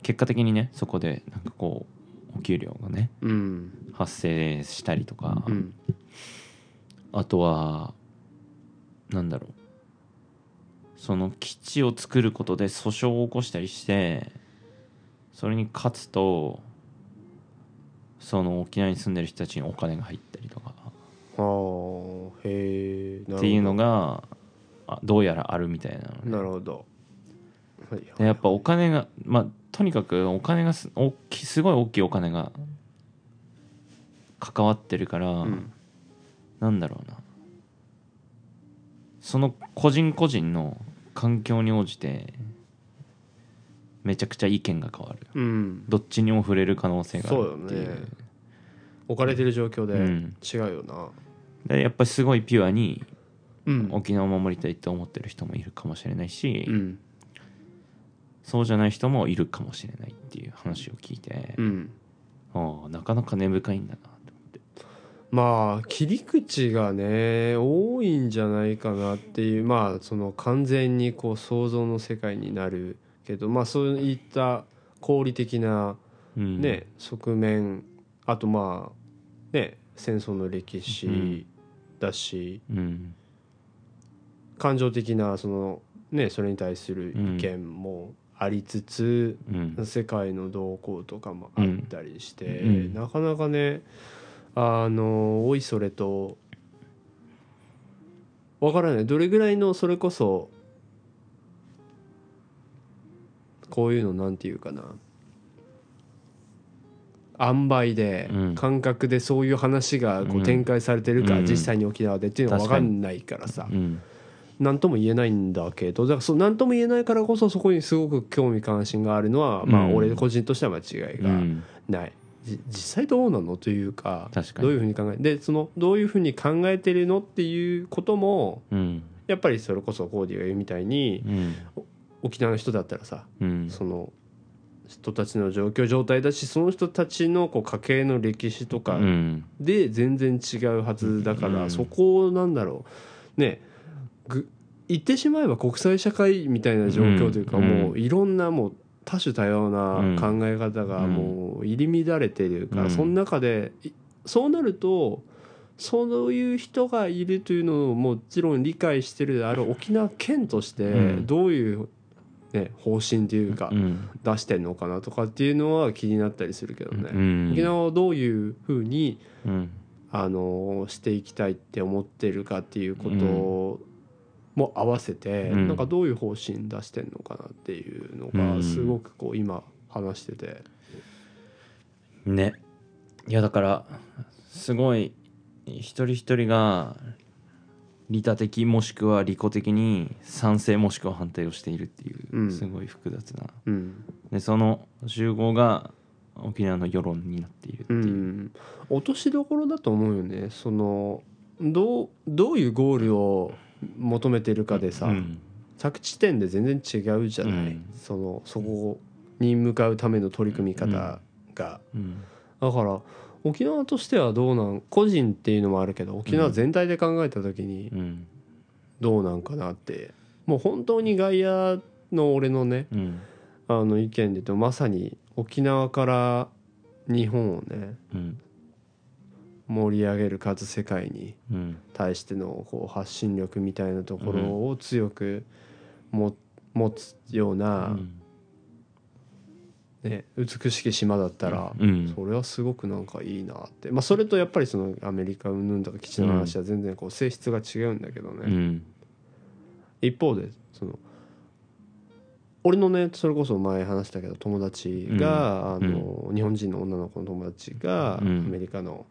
S1: 結果的にねそこでなんかこうお給料がね
S2: うん
S1: 発生したりとか、
S2: うん
S1: あとはなんだろうその基地を作ることで訴訟を起こしたりしてそれに勝つとその沖縄に住んでる人たちにお金が入ったりとか
S2: あーへえ
S1: っていうのがあどうやらあるみたいなのね
S2: なるほどはいはい
S1: でやっぱお金がまあとにかくお金がす大きいすごい大きいお金が関わってるから、
S2: うん
S1: なんだろうなその個人個人の環境に応じてめちゃくちゃ意見が変わる
S2: うん
S1: どっちにも触れる可能性があるっていう
S2: そうよね置かれてる状況で
S1: うん
S2: 違うよな
S1: でやっぱりすごいピュアに
S2: うん
S1: 沖縄を守りたいって思ってる人もいるかもしれないし、
S2: うん
S1: そうじゃない人もいるかもしれないっていう話を聞いて、
S2: うん
S1: ああなかなか根深いんだなと思って
S2: まあ切り口がね多いんじゃないかなっていうまあその完全にこう想像の世界になるけどまあそういった合理的な
S1: うん
S2: ね、側面あとまあね戦争の歴史だし、
S1: うん
S2: 感情的なそのねそれに対する意見もありつつ、
S1: うん
S2: 世界の動向とかもあったりして、
S1: うんうん
S2: なかなかねあのおいそれとわからないどれぐらいのそれこそこういうのなんていうかな塩梅で
S1: うん
S2: 感覚でそういう話がこ
S1: うん
S2: う展開されてるか、
S1: うん
S2: 実際に沖縄でっていうのは分かんないからさ
S1: うん
S2: 何とも言えないんだけどだからそう何とも言えないからこそそこにすごく興味関心があるのは、まあ
S1: うん
S2: 俺個人としては間違いうが
S1: ん
S2: ない、じ実際どうなのというか
S1: 確かに
S2: どういうふうに考えでそのどういうふうに考えてるのっていうことも
S1: うん
S2: やっぱりそれこそコーディが言うみたいに
S1: うん
S2: 沖縄の人だったらさ
S1: うん
S2: その人たちの状況状態だしその人たちのこう家系の歴史とか
S1: うん
S2: で全然違うはずだから、
S1: うん
S2: そこをなんだろうねぐ言ってしまえば国際社会みたいな状況というか、
S1: うん
S2: もういろんなもう多種多様な考え方が
S1: うん
S2: もう入り乱れてるから、
S1: うん
S2: その中でいそうなるとそういう人がいるというのをもちろん理解してるである沖縄県として
S1: うん
S2: どういう、ね、方針というか
S1: うん
S2: 出してんのかなとかっていうのは気になったりするけどね。
S1: うん
S2: 沖縄をどういうふうに
S1: うん
S2: あのしていきたいって思ってるかっていうことも合わせて、
S1: うん
S2: なんかどういう方針出してんのかなっていうの
S1: う
S2: が
S1: ん
S2: すごくこう今話してて、
S1: ねいやだからすごい一人一人が利他的もしくは利己的に賛成もしくは反対をしているっていう、
S2: うん
S1: すごい複雑な
S2: うん
S1: でその集合が沖縄の世論になっているって
S2: う
S1: いう、
S2: ん、落としどころだと思うよねそのどうどういうゴールを求めてるかでさ、
S1: うん
S2: 着地点で全然違うじゃない、
S1: うん
S2: そのそこに向かうための取り組み方が。
S1: うん
S2: だから沖縄としてはどうなん個人っていうのもあるけど沖縄全体で考えた時に
S1: うん
S2: どうなんかなって、もう本当に外野の俺のね
S1: うん
S2: あの意見で言うとまさに沖縄から日本をね
S1: うん
S2: 盛り上げるかつ世界に
S1: うん
S2: 対してのこう発信力みたいなところを強くも持つよう
S1: う
S2: な、
S1: ん
S2: ね、美しき島だったら、
S1: うん
S2: それはすごくなんかいいなって、まあ、それとやっぱりそのアメリカ云々とか基地の話は全然こう性質が違うんだけどね、
S1: うん
S2: 一方でその俺のねそれこそ前話したけど友達が、
S1: うん
S2: あの日本人の女の子の友達が、
S1: うん
S2: アメリカの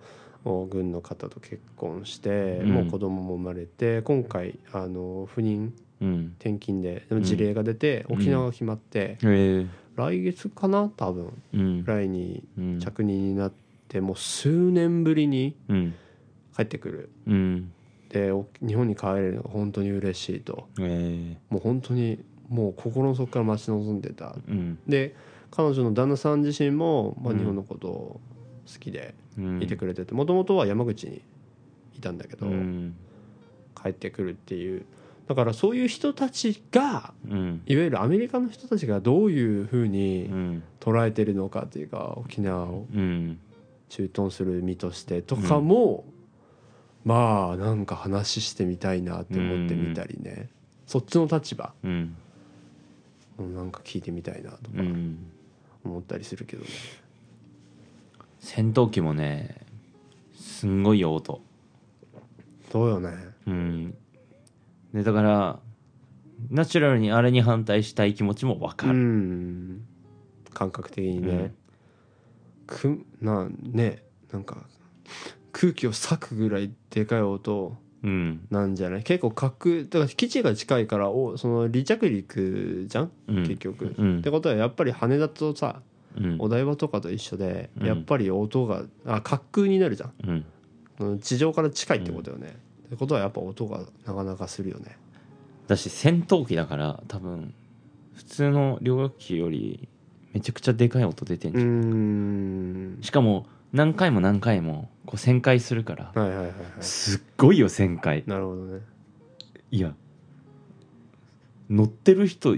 S2: お軍の方と結婚して、
S1: うん
S2: もう子供も生まれて今回あの不妊
S1: うん
S2: 転勤ででも事例が出て、
S1: うん
S2: 沖縄が決まって、
S1: へえ
S2: 来月かな多分
S1: うん
S2: ぐらいに
S1: うん
S2: 着任になってもう数年ぶりに
S1: うん
S2: 帰ってくる
S1: うん
S2: でお日本に帰れるのが本当に嬉しいと
S1: へえ
S2: もう本当にもう心の底から待ち望んでた
S1: うん
S2: で彼女の旦那さん自身も、まあ、
S1: うん
S2: 日本のことを好きで
S1: うん
S2: いてくれててもともとは山口にいたんだけど、
S1: うん
S2: 帰ってくるっていうだからそういう人たちが
S1: うん
S2: いわゆるアメリカの人たちがどういうふう
S1: う
S2: に
S1: ん
S2: 捉えてるのかというか沖縄を
S1: うん
S2: 駐屯する身としてとかも、まあなんか話してみたいなって思ってみたりね、そっちの立場
S1: うん
S2: もなんか聞いてみたいなとか
S1: うん
S2: 思ったりするけどね。
S1: 戦闘機もねすんごいよ音
S2: そうよね
S1: うんでだからナチュラルにあれに反対したい気持ちもわか
S2: う
S1: る、
S2: ん感覚的にね、くなねなんか空気を裂くぐらいでかい音
S1: うん
S2: なんじゃない結構角だから基地が近いからおその離着陸じゃん、
S1: うん、
S2: 結局、
S1: うん
S2: ってことはやっぱり羽田とさ
S1: うん
S2: お台場とかと一緒で、
S1: うん
S2: やっぱり音があ滑空になるじゃん
S1: うん、
S2: うん地上から近いってことよね、ってことはやっぱ音がなかなかするよね
S1: だし戦闘機だから多分普通の旅客機よりめちゃくちゃでかい音出てん
S2: う
S1: じゃん、
S2: ん
S1: しかも何回も何回もこう旋回するから、
S2: はいはいはいはい
S1: すっごいよ旋回
S2: なるほどね
S1: いや乗ってる人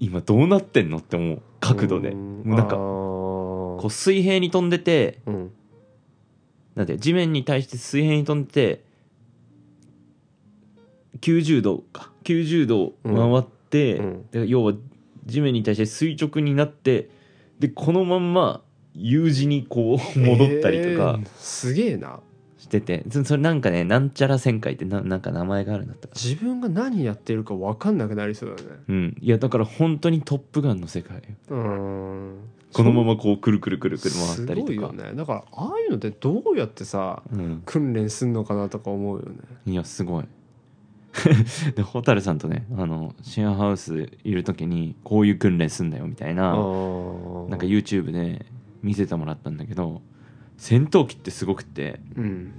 S1: 今どうなってんのって思う角度で
S2: う
S1: もうなんかこ
S2: こ
S1: う水平に飛んでて
S2: うん
S1: なんて地面に対して水平に飛んでて90度か90度回って、
S2: うん
S1: で要は地面に対して垂直になってでこのまんま U 字にこう戻ったりとか
S2: えーすげえな
S1: してて、そそれなんかねなんちゃら旋回ってななんか名前があるんだったかな
S2: 自分が何やってるか分かんなくなりそうだね
S1: うんいやだから本当に「トップガン」の世界
S2: うーん
S1: このま
S2: ま
S1: まこうくるくるくるくる回ったりとか
S2: すごいよねだからああいうのってどうやってさ
S1: うん、
S2: 訓練すんのかなとか思うよね
S1: いやすごい で蛍さんとねあのシェアハウスいる時にこういう訓練すんだよみたい
S2: あ
S1: な
S2: ー
S1: なんか YouTube で見せてもらったんだけど戦闘機ってすごくって
S2: うん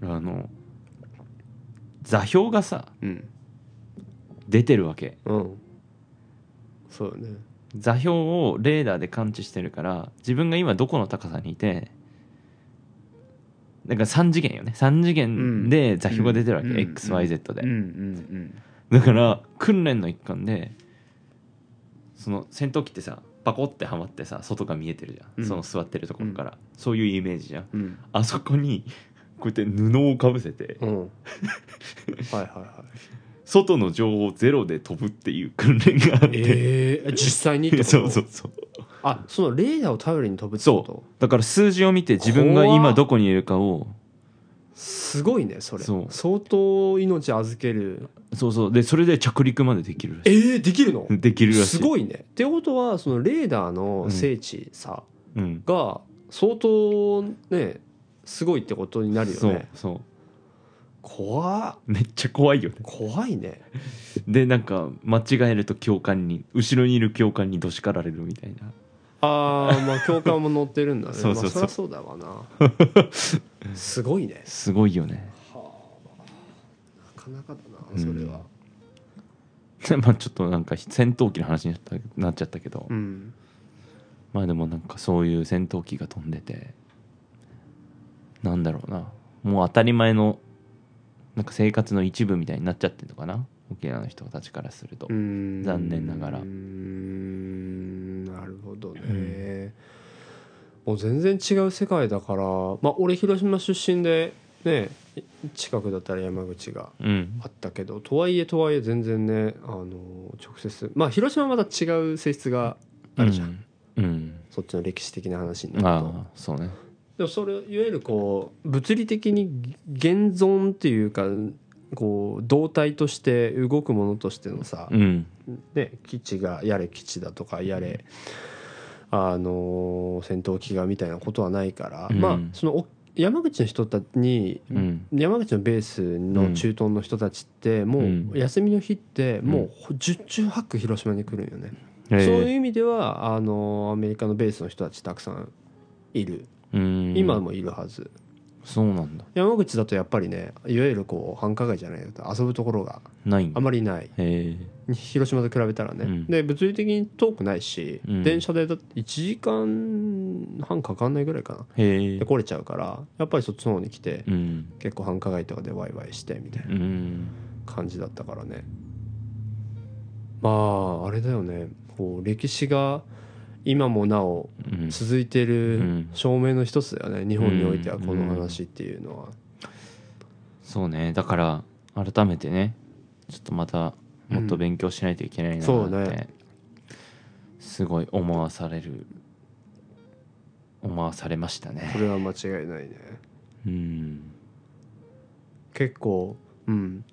S1: あの座標がさ
S2: うん
S1: 出てるわけ
S2: うんそうよね
S1: 座標をレーダーで感知してるから自分が今どこの高さにいてなんか3次元よね3次元で座標が出てるわけ、
S2: うんうん
S1: XYZ で、
S2: うんうん
S1: だから訓練の一環でその戦闘機ってさパコってはまってさ外が見えてるじゃん、
S2: うん
S1: その座ってるところから、そういうイメージじゃん
S2: うん
S1: あそこにこうやって布をかぶせて
S2: うんうんはいはいは
S1: 外の情報ゼロで飛ぶっていう訓練があっ
S2: い
S1: て、
S2: ええ実際にってこと
S1: そうそうそう
S2: あそのレーダーを頼りに飛ぶってこと
S1: だから数字を見て自分が
S2: 怖
S1: 今
S2: っ
S1: どこにいるかを
S2: すごいねそれ
S1: そう
S2: 相当命預ける
S1: そうそうでそれで着陸までできるらしい
S2: ええできるの
S1: できるらしい
S2: すごいねってことはそのレーダーの精地さ
S1: うん
S2: が相当ねすごいってことになるよ
S1: そう
S2: ね
S1: そう
S2: 怖っ
S1: めっちゃ怖いよね
S2: 怖いね
S1: でなんか間違えると教官に後ろにいる教官にどしかられるみたいな
S2: ああまあ共感も乗ってるんだ ね
S1: そうそうそう
S2: まあ、そりゃそうだわなすごいね
S1: すごいよね
S2: なかなかだなそれは
S1: まあちょっとなんか戦闘機の話になったなっちゃったけど、
S2: うん、
S1: まあでもなんかそういう戦闘機が飛んでてなんだろうなもう当たり前のなんか生活の一部みたいになっちゃってるのかな沖縄の人たちからすると
S2: う、ん
S1: 残念ながら
S2: うーんなるほどね、もう全然違う世界だからまあ俺広島出身でね近くだったら山口が
S1: うん
S2: あったけどとはいえとはいえ全然ねあの直接まあ広島はまた違う性質があるじゃん、
S1: うん、うん
S2: そっちの歴史的な話になると
S1: ああそうね
S2: でもそれいわゆるこう物理的に現存っていうかこう動体として動くものとしてのさ、
S1: うん
S2: ね、基地がやれ基地だとかやれ、あのー戦闘機がみたいなことはないから、
S1: うん
S2: まあそのお山口の人たちに、
S1: うん
S2: 山口のベースの中東の人たちっても
S1: うん
S2: う休みの日ってもう十中八九広島に来るんよね、
S1: えー
S2: そういう意味ではあのーアメリカのベースの人たちたくさんいる
S1: うん
S2: 今もいるはず、
S1: そうなんだ
S2: 山口だとやっぱりねいわゆるこう繁華街じゃないけど遊ぶところが
S1: ないんだ
S2: あまりない
S1: へ
S2: 広島と比べたらね、
S1: うん
S2: で物理的に遠くないし、
S1: うん
S2: 電車でだって1時間半かかんないぐらいかな
S1: えへえ
S2: で来れちゃうからやっぱりそっちの方に来て、
S1: うん
S2: 結構繁華街とかでワイワイしてみたいな
S1: うん
S2: 感じだったからねまああれだよねこう歴史が今もなお
S1: うん
S2: 続いて
S1: う
S2: る
S1: ん
S2: 証明の一つだよね日本においてはこの話っていうのは。
S1: そうねだから改めてねちょっとまたもっと勉強しないといけないな
S2: そ
S1: っ
S2: う
S1: て、
S2: ね
S1: すごい思わされる思わされました
S2: こ
S1: ね
S2: れは間違いないね
S1: うん
S2: 結構うん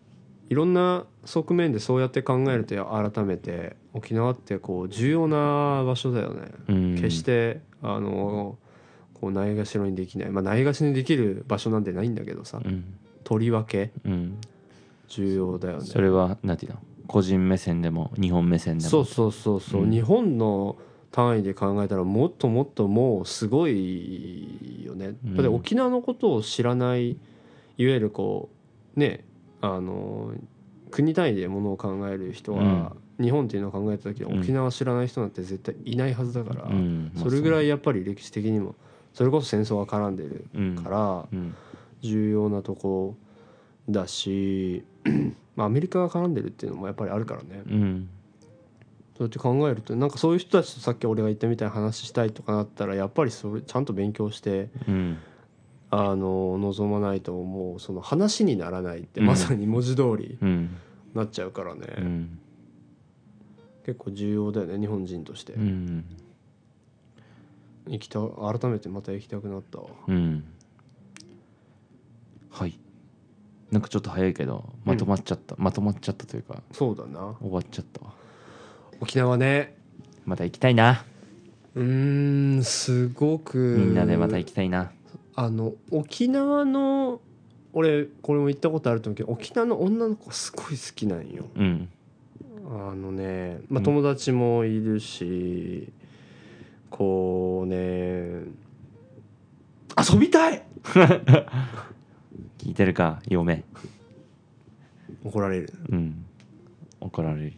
S2: いろんな側面でそうやって考えると改めて沖縄ってこう重要な場所だよね、
S1: うん
S2: 決してあのこうないがしろにできないまあないがしろにできる場所なんてないんだけどさ
S1: うん、
S2: とりわけ
S1: うん、
S2: 重要だよね
S1: それはなんていうの個人目線でも日本目線でも
S2: そうそうそうそう、
S1: うん
S2: 日本の単位で考えたらもっともっともうすごいよね、
S1: うん
S2: だって沖縄のことを知らないいわゆるこうねあの国単位でものを考える人は、日本っていうのを考えた時
S1: うん
S2: 沖縄を知らない人なんて絶対いないはずだから、
S1: うんまあ
S2: それぐらいやっぱり歴史的にもそれこそ戦争が絡んでる
S1: そうね
S2: から、
S1: うん
S2: 重要なとこだし まあアメリカが絡んでるっていうのもやっぱりあるからね。
S1: うん、うん
S2: そうやって考えるとなんかそういう人たちとさっき俺が言ったみたいな話したいとかなったらやっぱりそれちゃんと勉強して
S1: うん
S2: あの望まないともうその話にならないって
S1: うん
S2: まさに文字通り
S1: うん
S2: なっちゃうからね、
S1: うん
S2: 結構重要だよね日本人として、
S1: うん
S2: 行きた改めてまた行きたくなったわ
S1: うんはいなんかちょっと早いけどまとまっちゃった、まとまっちゃったというか
S2: そうだな
S1: 終わっちゃったわ
S2: 沖縄ね
S1: また行きたいな
S2: うーんすごく
S1: みんなでまた行きたいな
S2: あの沖縄の俺これも行ったことあると思うけど沖縄の女の子すごい好きなんよ
S1: うん
S2: あのね、
S1: う
S2: まあ、
S1: ん
S2: 友達もいるし、こうね遊びたい
S1: 聞いてるか嫁
S2: 怒られる
S1: うん怒られるよ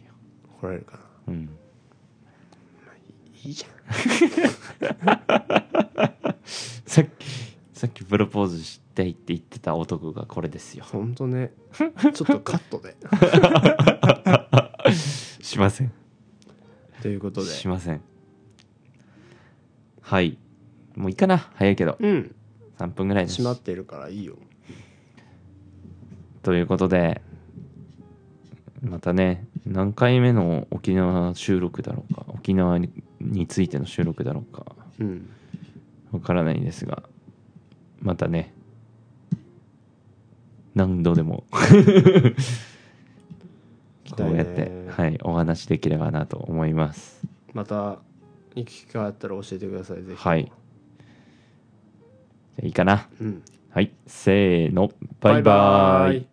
S2: 怒られるかな
S1: うん
S2: いいじ
S1: さっきさっきプロポーズしたいって言ってた男がこれですよ
S2: ゃんほんとねちょっとカットで
S1: しません
S2: ということで
S1: しませんはいもういいかな早いけど
S2: うん
S1: 3分ぐらいです
S2: 閉まってるからいいよ
S1: ということでまたね何回目の沖縄収録だろうか沖縄にについての収録だろうか
S2: うん
S1: わからないですがまたね何度で も
S2: 期
S1: こ
S2: 待
S1: うや
S2: ね
S1: って、はい、お話できればなと思います
S2: また行き機会あったら教えてくださいぜひ
S1: はいじゃあいいかな
S2: うん
S1: はいせーのバイバイ
S2: イ